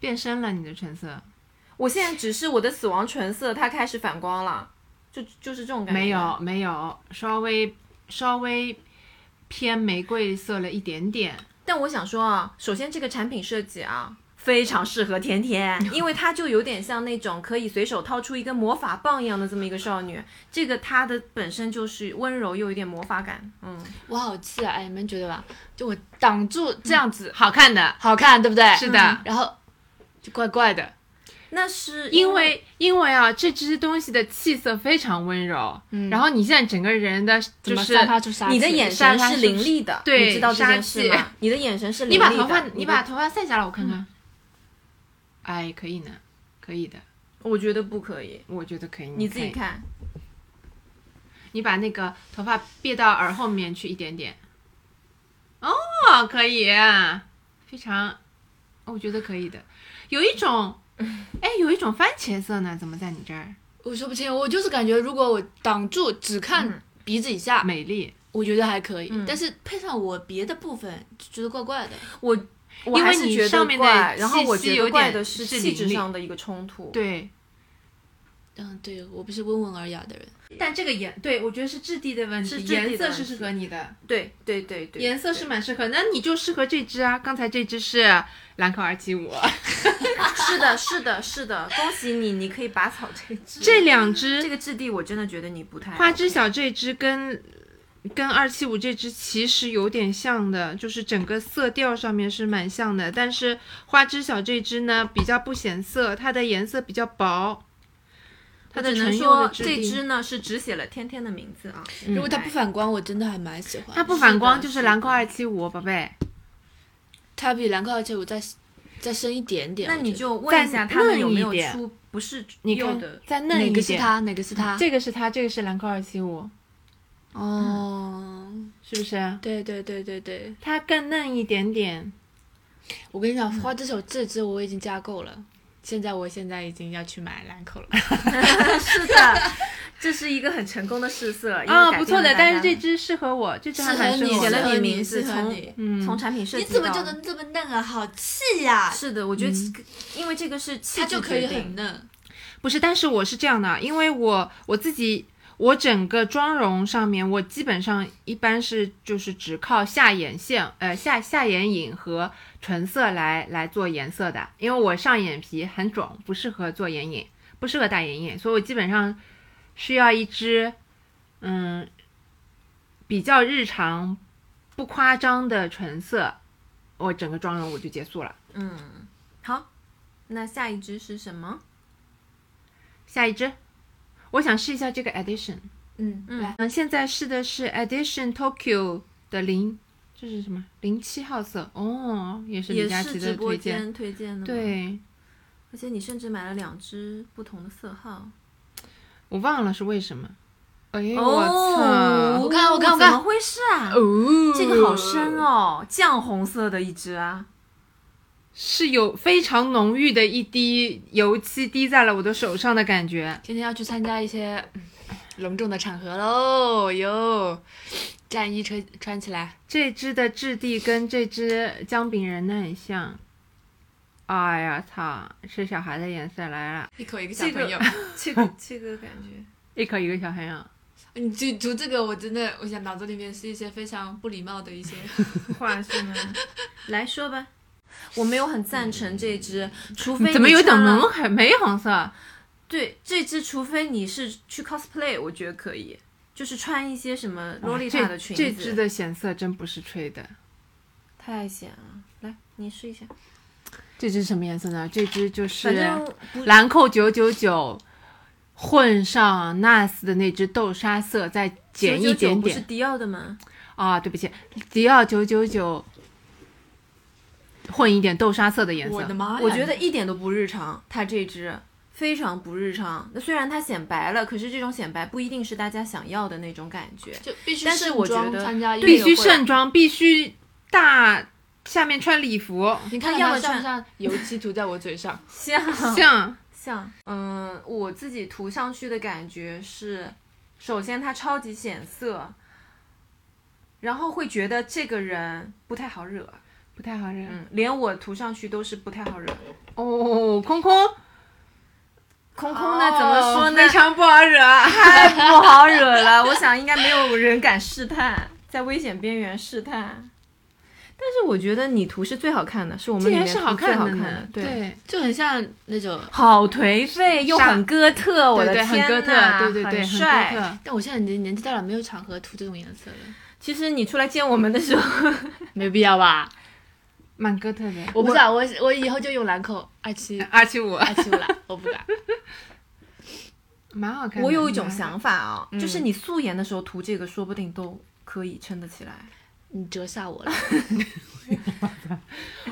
S3: 变深了你的唇色，
S1: 我现在只是我的死亡唇色，它开始反光了，就就是这种感觉。
S3: 没有没有，稍微稍微偏玫瑰色了一点点。
S1: 但我想说啊，首先这个产品设计啊，非常适合甜甜，
S3: [LAUGHS]
S1: 因为她就有点像那种可以随手掏出一根魔法棒一样的这么一个少女。这个她的本身就是温柔又有一点魔法感，嗯，
S2: 我好气啊！哎，你们觉得吧？就我挡住这样子，
S3: 好看的，
S2: 好看，对不对？
S3: 是的
S2: 嗯然后就怪怪的，
S1: 那是
S3: 因为因为啊，这支东西的气色非常温柔，
S2: 嗯
S3: 然后你现在整个人的
S2: 怎
S3: 就
S2: 么
S3: 是
S2: 散发出杀气？
S1: 你的眼神是凌厉的，
S3: 对
S1: 你知道这件事
S3: 杀
S1: 吗？你的眼神是
S3: 你
S1: 凌厉
S3: 把
S1: 的。
S3: 头发你
S1: 的
S3: 嗯把，头发散下来，我看看。哎，可以呢，可以的，
S1: 我觉得不可以，
S3: 我觉得可以。
S1: 你自己
S3: 看。
S1: 看。
S3: 你把那个头发别到耳后面去一点点。哦，可以，非常，我觉得可以的。有一 [LAUGHS] 种，哎，有一种番茄色呢，怎么在你这儿？
S2: 我说不清，我就是感觉如果我挡住只看鼻子以下，
S3: 美丽，
S2: 我觉得还可以，
S1: 嗯
S2: 但是配上我别的部分，就觉得怪怪的。
S1: 我我
S3: 因
S1: 还
S3: 为
S1: 是
S3: 你
S1: 觉得
S3: 上面的
S1: 怪，然后
S3: 气
S1: 我
S3: 息
S1: 觉
S3: 有
S1: 得怪
S3: 点
S1: 的是
S3: 是
S1: 气
S3: 凌
S1: 质
S3: 厉
S1: 上的一个冲突。，
S3: 对。
S2: 嗯，对我不是温文尔雅的人，
S3: 但这个颜，对我觉得是质地的问
S1: 是质地的
S3: 颜色
S1: 问
S3: 是
S1: 题
S3: 适合你的，
S1: 对对对对，
S3: 颜色
S1: 对
S3: 是蛮适合，那你就适合这支啊。刚才这支是兰蔻二七五，
S1: 是的，是的，是的，恭喜你，你可以拔草这支。
S3: [LAUGHS] 这两 [LAUGHS] 支
S1: 这个质地我真的觉得你不太
S3: 花
S1: OK
S3: 知晓这支跟跟二七五这支其实有点像的，就是整个色调上面是蛮像的，但是花知晓这支呢比较不显色，它的颜色比较薄，它
S1: 我
S3: 的
S1: 只能
S3: 唇釉
S1: 说
S3: 的质
S1: 这
S3: 地。嗯
S1: 支呢是只写了天天的名字啊。
S2: 如果它不
S1: 哎
S2: 反光，我真的还蛮喜欢。
S3: 它不
S1: 是
S3: 反
S1: 的
S3: 光，就是是兰蔻
S1: 的
S3: 二七五，宝贝。
S2: 它比兰蔻二七五再再深一点点，
S1: 那
S2: 我
S1: 你
S2: 觉得
S1: 就问一下他们有没有
S3: 再嫩一点
S1: 出不是
S3: 你
S1: 用
S3: 看
S1: 的，
S3: 再嫩一
S2: 哪
S3: 点。
S2: 个是它，哪个是
S3: [LAUGHS]
S2: 它？
S3: 这个是它，这个是兰蔻二七五，
S2: 哦，
S3: 是不是？
S2: 对对对对对，
S3: 它更嫩一点点。
S2: 我跟你讲，花之手这支我已经加购了，现在我现在已经要去买兰蔻了。
S1: 是的， [LAUGHS] 这是一个很成功的试色因为
S3: 啊，
S1: 改
S3: 不
S1: 变
S3: 错
S1: 了
S3: 的，
S1: 大
S3: 但
S1: 家
S3: 是这支适合我，这支还
S2: 适合
S3: 蛮适合
S2: 你
S3: 我
S1: 写
S2: 适
S1: 了
S2: 合
S3: 的。
S1: 你
S2: 你
S1: 名字，
S2: 适合
S1: 从
S2: 你
S3: 嗯
S1: 从产品设计
S2: 你怎么
S1: 到
S2: 就能这么嫩啊？好气呀、
S1: 是的，我觉得气因为这个是气
S2: 它
S1: 质
S2: 就可以
S1: 决定
S2: 很嫩。
S3: 啊不是，但是我是这样的，因为我我自己我整个妆容上面，我基本上一般是就是只靠下眼线，呃下下眼影和唇色来来做颜色的，因为我上眼皮很肿，不适合做眼影，不适合打眼影，所以我基本上需要一支嗯比较日常不夸张的唇色，我整个妆容我就结束了。
S1: 嗯，好，那下一支是什么？
S3: 下一支，我想试一下这个 Edition。
S2: 嗯
S1: 嗯
S2: 来
S3: 嗯，现在试的是 Edition Tokyo 的零，这是什么？零七号色哦，也是李
S1: 也
S3: 佳
S1: 是
S3: 琦
S1: 直
S3: 的
S1: 播
S3: 推荐。
S1: 间推荐的，，
S3: 对，
S1: 而且你甚至买了两支不同的色号。
S3: 我忘了是为什么。哎，
S1: 哦，
S3: 我
S2: 看我
S3: 操！
S2: 看我看
S1: 怎么回事啊？
S3: 哦
S1: 这个好深哦，绛红色的一支啊，
S3: 是有非常浓郁的一滴油漆滴在了我的手上的感觉。
S2: 今天要去参加一些嗯隆重的场合喽哟，战衣穿穿起来，
S3: 这支的质地跟这支姜饼人的很像。哎呀操！是小孩的颜色来了，
S2: 一口一个
S1: 小朋友，这个 [LAUGHS] 这个感觉。
S3: 一口一个小啊朋友。
S2: 你就读这个，我真的，我想脑子里面是一些非常不礼貌的一 [LAUGHS] 些。
S1: 话是吗？ [LAUGHS] 来说吧，我没有很赞成这支，除非
S3: 怎么
S1: 你
S3: 有点
S1: 穿了
S3: 萌很玫红色？
S1: 对，这支除非你是去 cosplay，我觉得可以，就是穿一些什么洛丽塔的裙子。
S3: 这这支的显色真不是吹的。
S1: 太显了，来你试一下。
S3: 这支什么颜色呢？这支就是
S1: 反正不
S3: 兰蔻九九九混上 NARS 的那支豆沙色，再减一
S1: 999
S3: 点
S1: 不是
S3: 点
S1: 迪奥的吗？
S3: 啊！对不起，迪奥九九九混一点豆沙色的颜色。
S2: 妈
S1: 我觉得一点都不日常，它这支非常不日常。那虽然它显白了，可是这种显白不一定是大家想要的那种感觉。
S2: 就必须
S1: 但是我
S2: 盛装
S1: 觉得
S2: 参加音乐会，
S3: 必须盛装，必须大，下面穿礼服，
S2: 你看
S1: 要
S2: 他
S1: 么
S2: 像
S1: 穿
S2: 不像油漆涂在我嘴上？
S1: 像
S3: 像
S1: 像，嗯，我自己涂上去的感觉是，首先它超级显色，然后会觉得这个人不太好惹，
S3: 不太好认。
S1: 嗯，连我涂上去都是不太好惹。
S3: 哦，空空，哦
S1: 空空呢，怎么说呢
S3: 非？常不好惹。啊
S1: 太 [LAUGHS] 不好惹了，我想应该没有人敢试探，在危险边缘试探。但是我觉得你涂是最好看的，是我们
S3: 这
S1: 里
S3: 还
S1: 面
S3: 是
S1: 涂
S3: 好
S1: 最
S3: 看
S1: 好
S3: 的
S1: 看
S3: 呢
S1: 的，，对。
S2: 就很像那种。
S1: 好颓废又
S3: 杀
S1: 很哥特，哦我的
S3: 对
S1: 天
S3: 对，很哥特，
S1: 呐
S3: 对对对，
S1: 很
S3: 很
S1: 帅。
S3: 哥特。
S2: 但我现在年年纪大了，没有场合涂这种颜色了，
S1: 其实你出来见我们的时候，
S2: 没必要吧？
S3: 蛮哥特的。
S2: 我不知道，我我以后就用兰蔻二七
S3: 二七五，
S2: 二七五了，我不 [LAUGHS] 敢。
S3: 蛮好
S1: [LAUGHS]
S3: 看的。
S1: 我有一种
S3: 蛮好看
S1: 想法啊、就是你素颜的时候涂这个，说不定都可以撑得起来。
S2: 你折煞我了，
S3: 的，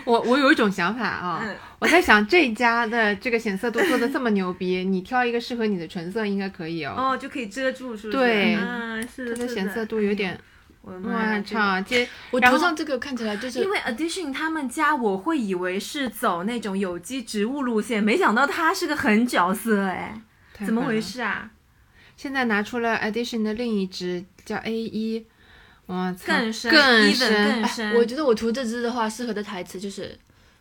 S3: 我我有一种想法啊、
S1: 嗯
S3: 我在想这家的这个显色度做的这么牛逼， [LAUGHS] 你挑一个适合你的唇色应该可以哦。
S1: 哦，就可以遮住，是不是？
S3: 对
S1: 啊，是
S3: 它
S1: 的，
S3: 的
S1: 是
S3: 显
S1: 的
S3: 色度有点，
S1: 我的妈
S3: 我
S1: 呀！这个
S3: 操，这
S2: 我
S3: 然后
S2: 涂上这个看起来就是
S1: 因为 Addition 他们家，我会以为是走那种有机植物路线，没想到他是个狠角色哎，
S3: 太
S1: 怎么
S3: 狠了
S1: 回？事
S3: [LAUGHS]
S1: 啊？
S3: 现在拿出了 Edition 的另一支叫 A 一，我操，
S1: 更深，
S3: 更
S1: even
S3: [LAUGHS] 深
S1: 更深。
S2: 哎我觉得我涂这支的话，适合的台词就是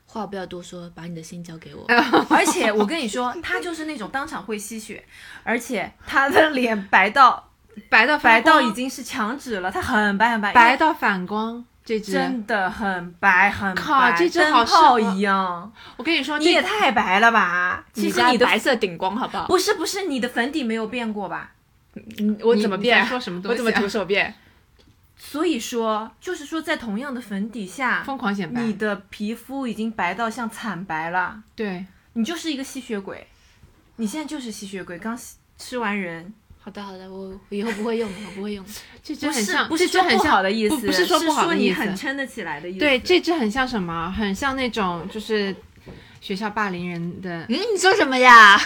S2: 话不要多说，把你的心交给我。
S1: [LAUGHS] 而且我跟你说，他就是那种当场会吸血，而且他的脸白到
S3: [LAUGHS] 白到
S1: 白
S3: 反光
S1: 到已经是墙纸了，他很白很白，
S3: 白到反光这支，
S1: 真的很白很白，
S3: 靠这只好
S1: 灯泡
S3: 适合
S1: 一样。
S3: 我跟你说，
S1: 你也
S3: 这
S1: 太白了吧？其实你的
S2: 白色顶光好不好？
S1: 不是不是你的粉底没有变过吧？
S2: 嗯我
S3: 你
S2: 怎么
S3: 你
S2: 变
S3: 在？说什么东
S2: 我
S3: 西啊？
S2: 怎么徒手变？
S1: 所以说，就是说在同样的粉底下，
S3: 疯狂显白？
S1: 你的皮肤已经白到像惨白了，
S3: 对，
S1: 你就是一个吸血鬼，你现在就是吸血鬼，刚吸吃完人，
S2: 好的好的，我我以后不会用的，我不会用的。
S3: 这支
S1: 不
S3: 很
S1: 是
S3: 像，
S1: 不是
S3: 这支
S1: 说
S3: 很
S1: 不
S3: 像
S1: 好的意思，
S3: 不不是说不好的意
S1: 你
S3: 思
S1: 很撑得起来的意思。
S3: 对，这支很像什么？很像那种就是学校霸凌人的
S2: 嗯，你说什
S1: [LAUGHS]
S2: 么呀？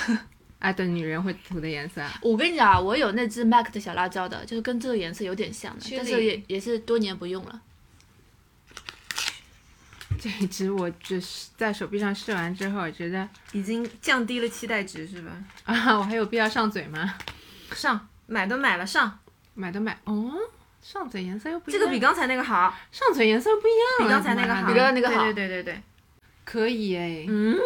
S3: 爱的女人会涂的颜色。
S2: 我跟你讲啊，我有那支 MAC 的小辣椒的，就是跟这个颜色有点像的，
S1: Chili
S2: 但是也也是多年不用了。
S3: 这一支我只是在手臂上试完之后，我觉得
S1: 已经降低了期待值是吧？
S3: 啊，我还有必要上嘴吗？
S1: 上买都买了，上
S3: 买都买，哦，上嘴颜色又不一
S1: 这
S3: 样，
S1: 个比刚才那个好，
S3: 上嘴颜色又不一样
S1: 比
S3: 了，
S1: 刚才那个好，
S3: 妈
S2: 比刚
S3: 的
S2: 才那个好
S1: 对对对对对，
S3: 可以哎，
S1: 嗯，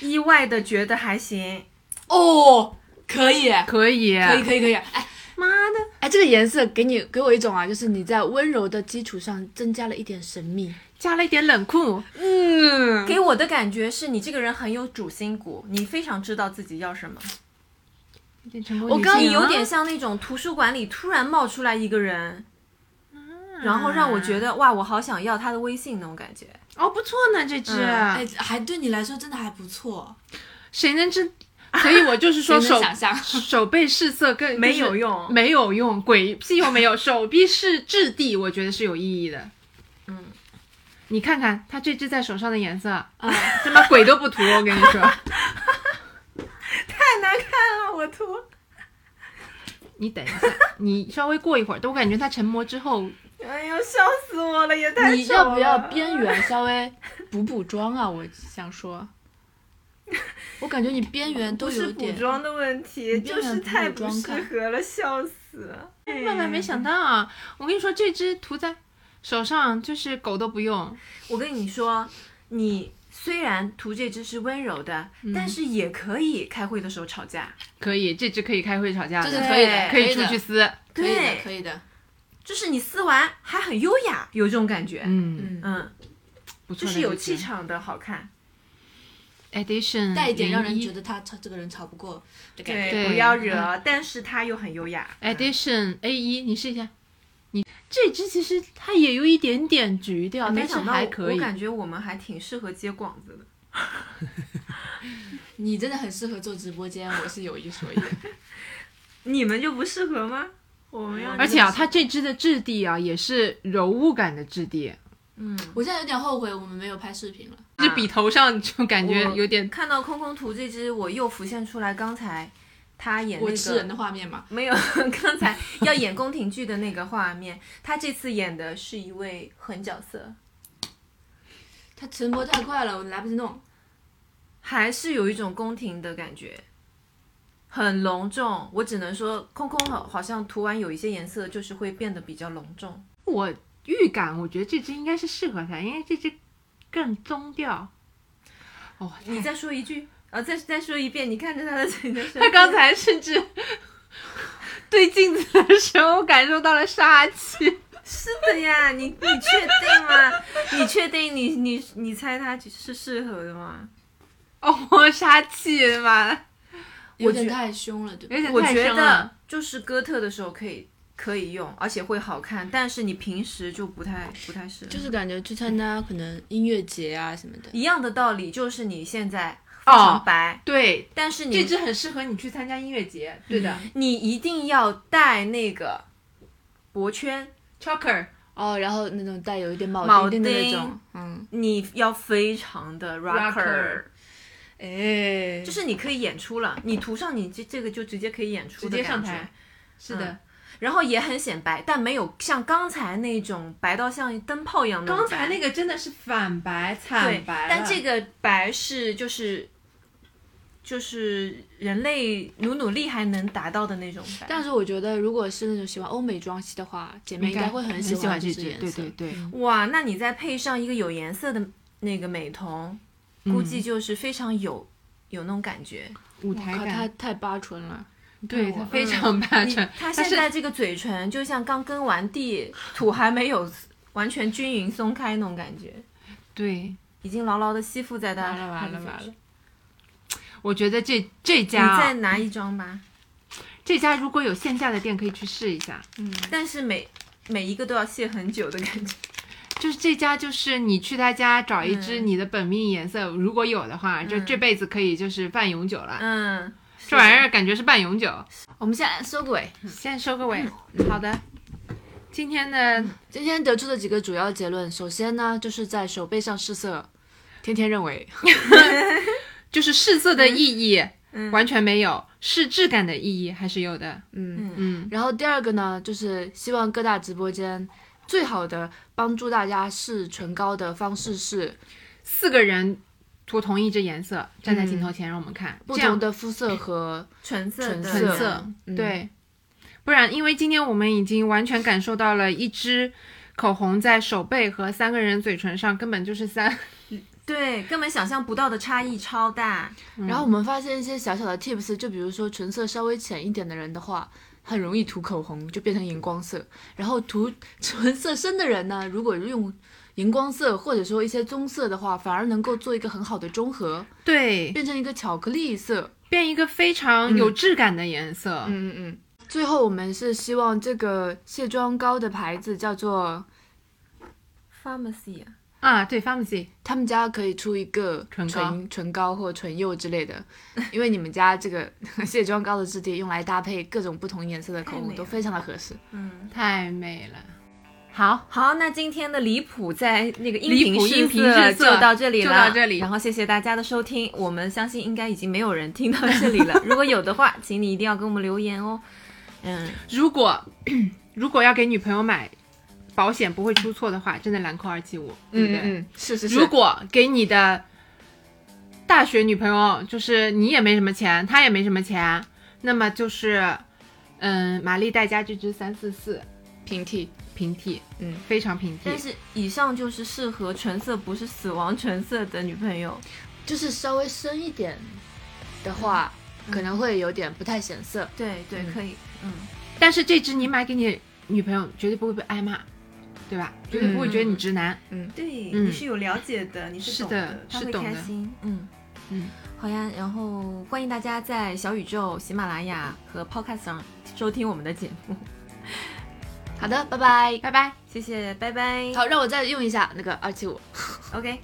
S1: 意外的觉得还行，
S2: 哦，可以，
S3: 可以，啊
S2: 可以，可以，可以。哎，
S3: 妈的，
S2: 哎，这个颜色给你给我一种啊，就是你在温柔的基础上增加了一点神秘。
S3: 加了一点冷酷，嗯，
S1: 给我的感觉是你这个人很有主心骨，你非常知道自己要什么。
S3: 我
S1: 我刚你有点像那种图书馆里突然冒出来一个人，然后让我觉得哇，我好想要他的微信那种感觉。
S3: 哦，不错呢，这只、
S1: 嗯
S2: 哎，还对你来说真的还不错。
S3: 谁能知？所以我就是说
S2: 谁能
S3: 手
S2: 想象
S3: 手背试色更
S1: 没有用
S3: 就是没有用，鬼屁用没有。手臂是质地，我觉得是有意义的。
S1: 嗯，
S3: 你看看它这只在手上的颜色，
S2: 啊，
S3: 他妈鬼都不涂，我跟你
S2: [LAUGHS]
S1: 太
S3: 说，
S1: 难看 [LAUGHS] 了，我涂。
S3: 你等一下，你稍微过一会儿，我感觉它成膜之
S2: 嗯
S3: 后，
S1: 哎呦，笑死我了，也太
S2: 你
S1: 丑
S2: 要不要
S1: 了
S2: 边缘稍微补补妆啊？我想 [LAUGHS] 说，我感觉你边缘都
S1: 不
S2: 有
S1: 是补
S2: 点。
S1: 妆的问题，
S2: 你变
S1: 就
S2: 成
S1: 是太
S2: 补
S1: 不
S2: 妆
S1: 适
S2: 看
S1: 合了，笑死。
S3: 万万没想到啊！我跟你说，这只涂在手上就是狗都不用，
S1: 我跟你说，你虽然涂这支是温柔的，
S2: 嗯
S1: 但是也可以开会的时候吵架。
S3: 可以，这只可以开会吵架
S2: 这是
S3: 的，
S2: 可以的，
S1: 对
S3: 可以
S2: 的
S3: 出去，撕，
S2: 可以的，
S1: 对
S2: 可以的。
S1: 就是你撕完还很优雅，有这种感觉。
S3: 嗯，
S2: 嗯，
S1: 嗯，
S3: 不错
S1: 就
S3: 的，
S1: 是有气场的好看。
S3: ，addition，
S2: 带一点让人觉
S3: 得
S2: 得他吵这个人吵不过的感觉。
S1: 对，
S3: 对
S1: 不要惹，但是它又很优雅。
S3: addition A 一，你试一下，你这只其实它也有一点点橘调，
S1: 哦哎没
S3: 但是
S1: 想到
S3: 还
S1: 我，
S3: 可
S1: 我
S3: 以，
S1: 感觉我们还挺适合接广子的。
S2: 你真的很适合做直播间，我是有一说一的。
S1: 你们就不适合吗？我们要
S3: 而且啊，它这只的质地啊也是柔雾感的质地，
S1: 嗯，
S2: 我现在有点后悔我们没有拍视 [LAUGHS] 频了。
S3: 就是比头上就感觉有点
S1: 看到空空图这只，我又浮现出来刚才他演
S2: 我
S1: 那
S2: 吃人
S1: 个
S2: 的画面嘛，
S1: 没有， [LAUGHS] 刚才要演宫廷剧的那个画面。他这次演的是一位狠角色，
S2: 他陈博太快了，我来不及弄。
S1: 还是有一种宫廷的感觉，很隆重。我只能说，空空好好像涂完有一些颜色，就是会变得比较隆重。
S3: 我预感，我觉得这只应该是适合它，因为这只更棕调。哦， [LAUGHS]
S1: 你再说一句，呃，再再说一遍，你看着他的嘴的
S3: 他刚才
S1: [LAUGHS]
S3: 甚至对镜子的时候感受到了杀气。
S1: 是的呀，你你确定吗？你确定你你你猜他是适合的吗？
S3: 哦，杀气妈的，
S2: 有点太凶了，对吧
S3: 有？点
S1: 我
S3: 太
S1: 觉
S3: 深
S1: 得
S3: 了。
S1: 就是哥特的时候可以可以用，而且会好看，但是你平时就不太不太适合。
S2: 就是感觉去参加可能音乐节啊什么的，
S1: 一样的道理，就是你现在非常白，
S3: 对，
S1: 但是
S3: 哦这
S1: 你
S3: 只很适合你去参加音乐
S1: 嗯
S3: 节。对的
S2: 嗯
S1: 你一定要戴那个脖圈，
S3: ，Choker，
S2: 哦，然后那种带有一点铆
S1: 铆
S2: 钉的那
S1: 钉
S2: 种，嗯，
S1: 你要非常的 rocker，
S3: Rocker
S2: 哎，
S1: 就是你可以演出了，你涂上你这这个就直接可以演出，
S3: 直接上台。。是的，
S1: 然后也很显白，但没有像刚才那种白到像灯泡一样那种
S3: 刚
S1: 白。
S3: 才那个真的是反白
S1: 嗯对
S3: 惨，白了，
S1: 但这个白是就是就是人类努努力还能达到的那种白。
S2: 但是我觉得，如果是那种喜欢欧美妆系的话，姐妹应该会
S3: 很
S2: 喜
S3: 喜欢
S2: 这
S3: 这
S2: 支
S3: 只。
S2: 颜
S3: 对
S2: 色嗯
S3: 对。对，
S1: 哇，那你再配上一个有颜色的那个美瞳，估
S3: 嗯
S1: 计就是非常有有那种感觉。
S3: 舞
S2: 我
S3: 台
S2: 靠，它
S3: 感，
S2: 嗯太八纯了，
S3: 对
S2: 我
S3: 它非常霸
S1: 嗯你
S3: 权。
S1: 他
S3: 它
S1: 现
S3: 是
S1: 在这个嘴唇就像刚耕完地，土还没有完全均匀松开那种感觉，
S3: 对，
S1: 已经牢牢的吸附在他
S3: 完了完了
S1: 他的
S3: 完
S1: 嘴
S3: 了
S1: 唇！
S3: 我觉得这这家
S1: 你
S3: 啊
S1: 再拿一张吧。
S3: 这家如果有线下的店，可以去试一下。
S2: 嗯
S1: 但是每每一个都要卸很久的感
S3: [LAUGHS]
S1: 觉。
S3: 就是这家，就是你去他家找一支
S1: 嗯
S3: 你的本命颜色，如果有的话，就
S1: 嗯
S3: 这辈子可以就是半永久了。
S1: 嗯，
S3: 这玩意儿感觉是半永久。
S2: 我们现在收个
S1: 嗯
S2: 尾。
S3: 先收个尾，好的。今天的
S2: 今天得出的几个主要结论，首先呢，就是在手背上试色，天天认 [LAUGHS] 为
S3: 就是试色
S1: 嗯
S3: 的意义完全没有，试质感的意义还是有的。
S2: 嗯
S1: 嗯
S3: 嗯，
S2: 然后第二个呢，就是希望各大直播间最好的帮助大家试唇膏的方式是
S3: 四个人涂同一支颜色，站在镜头前让我们看，
S2: 嗯不
S3: 这样
S2: 同的肤色和
S1: 纯色的
S2: 纯
S3: 粉
S2: 色
S3: 色，
S2: 嗯
S3: 对，不然因为今天我们已经完全感受到了一支口红在手背和三个人嘴唇上根本就是三
S1: 对，根本想象不到的差异超大。
S2: [LAUGHS]
S3: 嗯
S2: 然后我们发现一些小小的 tips，就比如说唇色稍微浅一点的人的话，很容易涂口红就变成荧光色。然后涂唇色深的人呢，如果用荧光色或者说一些棕色的话，反而能够做一个很好的中和，
S3: 对，
S2: 变成一个巧克力色。
S3: 变一个非常有质感的颜
S1: 啊
S3: 色。
S2: 嗯嗯嗯嗯。最后我们是希望这个卸妆膏的牌子叫做
S1: Pharmacy
S3: 啊，对，Pharmacy，
S2: 他们家可以出一个
S3: 唇膏
S2: 唇唇膏或唇釉之类的，因为你们家这个 [LAUGHS] 卸妆膏的质地用来搭配各种不同颜色的口
S1: 太美
S2: 红
S1: 了
S2: 都非常的合适。
S1: 嗯，
S3: 太美了。好，
S1: 好，那今天的离谱在那个音
S3: 离
S1: 频
S3: 谱
S1: 试
S3: 音频
S1: 色
S3: 试
S1: 就
S3: 色
S1: 到这里了，
S3: 就到这里
S1: 然后谢谢大家的收听，我们相信应该已经没有人听到这里 [LAUGHS] 了。如果有的话，请你一定要给我们留言哦。嗯，
S3: 如果 [COUGHS] 如果要给女朋友买保险不会出错的话，真的兰蔻二七五，对不对？
S2: 嗯，是是是。
S3: 如果给你的大学女朋友，就是你也没什么钱，她也没什么钱，那么就是，嗯，玛丽黛佳这支三四四
S2: 平替，
S3: 平替，
S2: 嗯，
S3: 非常平替
S1: 但。是以上就是适合唇色不是死亡唇色的女朋友。
S2: 就是稍微深一点的话，可能会有点不太显色。
S1: 对对，
S2: 嗯
S1: 可以。嗯，
S3: 但是这支你买给你女朋友，绝对不会被挨骂，对吧？绝对不会觉
S2: 嗯
S3: 得你直男。
S1: 对，
S3: 嗯
S1: 你是有了解的，你
S3: 是
S1: 懂
S3: 的
S1: 她
S3: 是
S1: 会
S3: 懂
S1: 开
S3: 的
S1: 心。嗯
S3: 嗯，
S1: 好呀。然后欢迎大家在小宇宙、喜马拉雅和 Podcast 上收听我们的节目。
S2: 好的，拜拜。
S3: 拜拜。
S1: 谢谢，拜拜。
S2: 好，让我再用一下那个二七五。
S1: ，OK，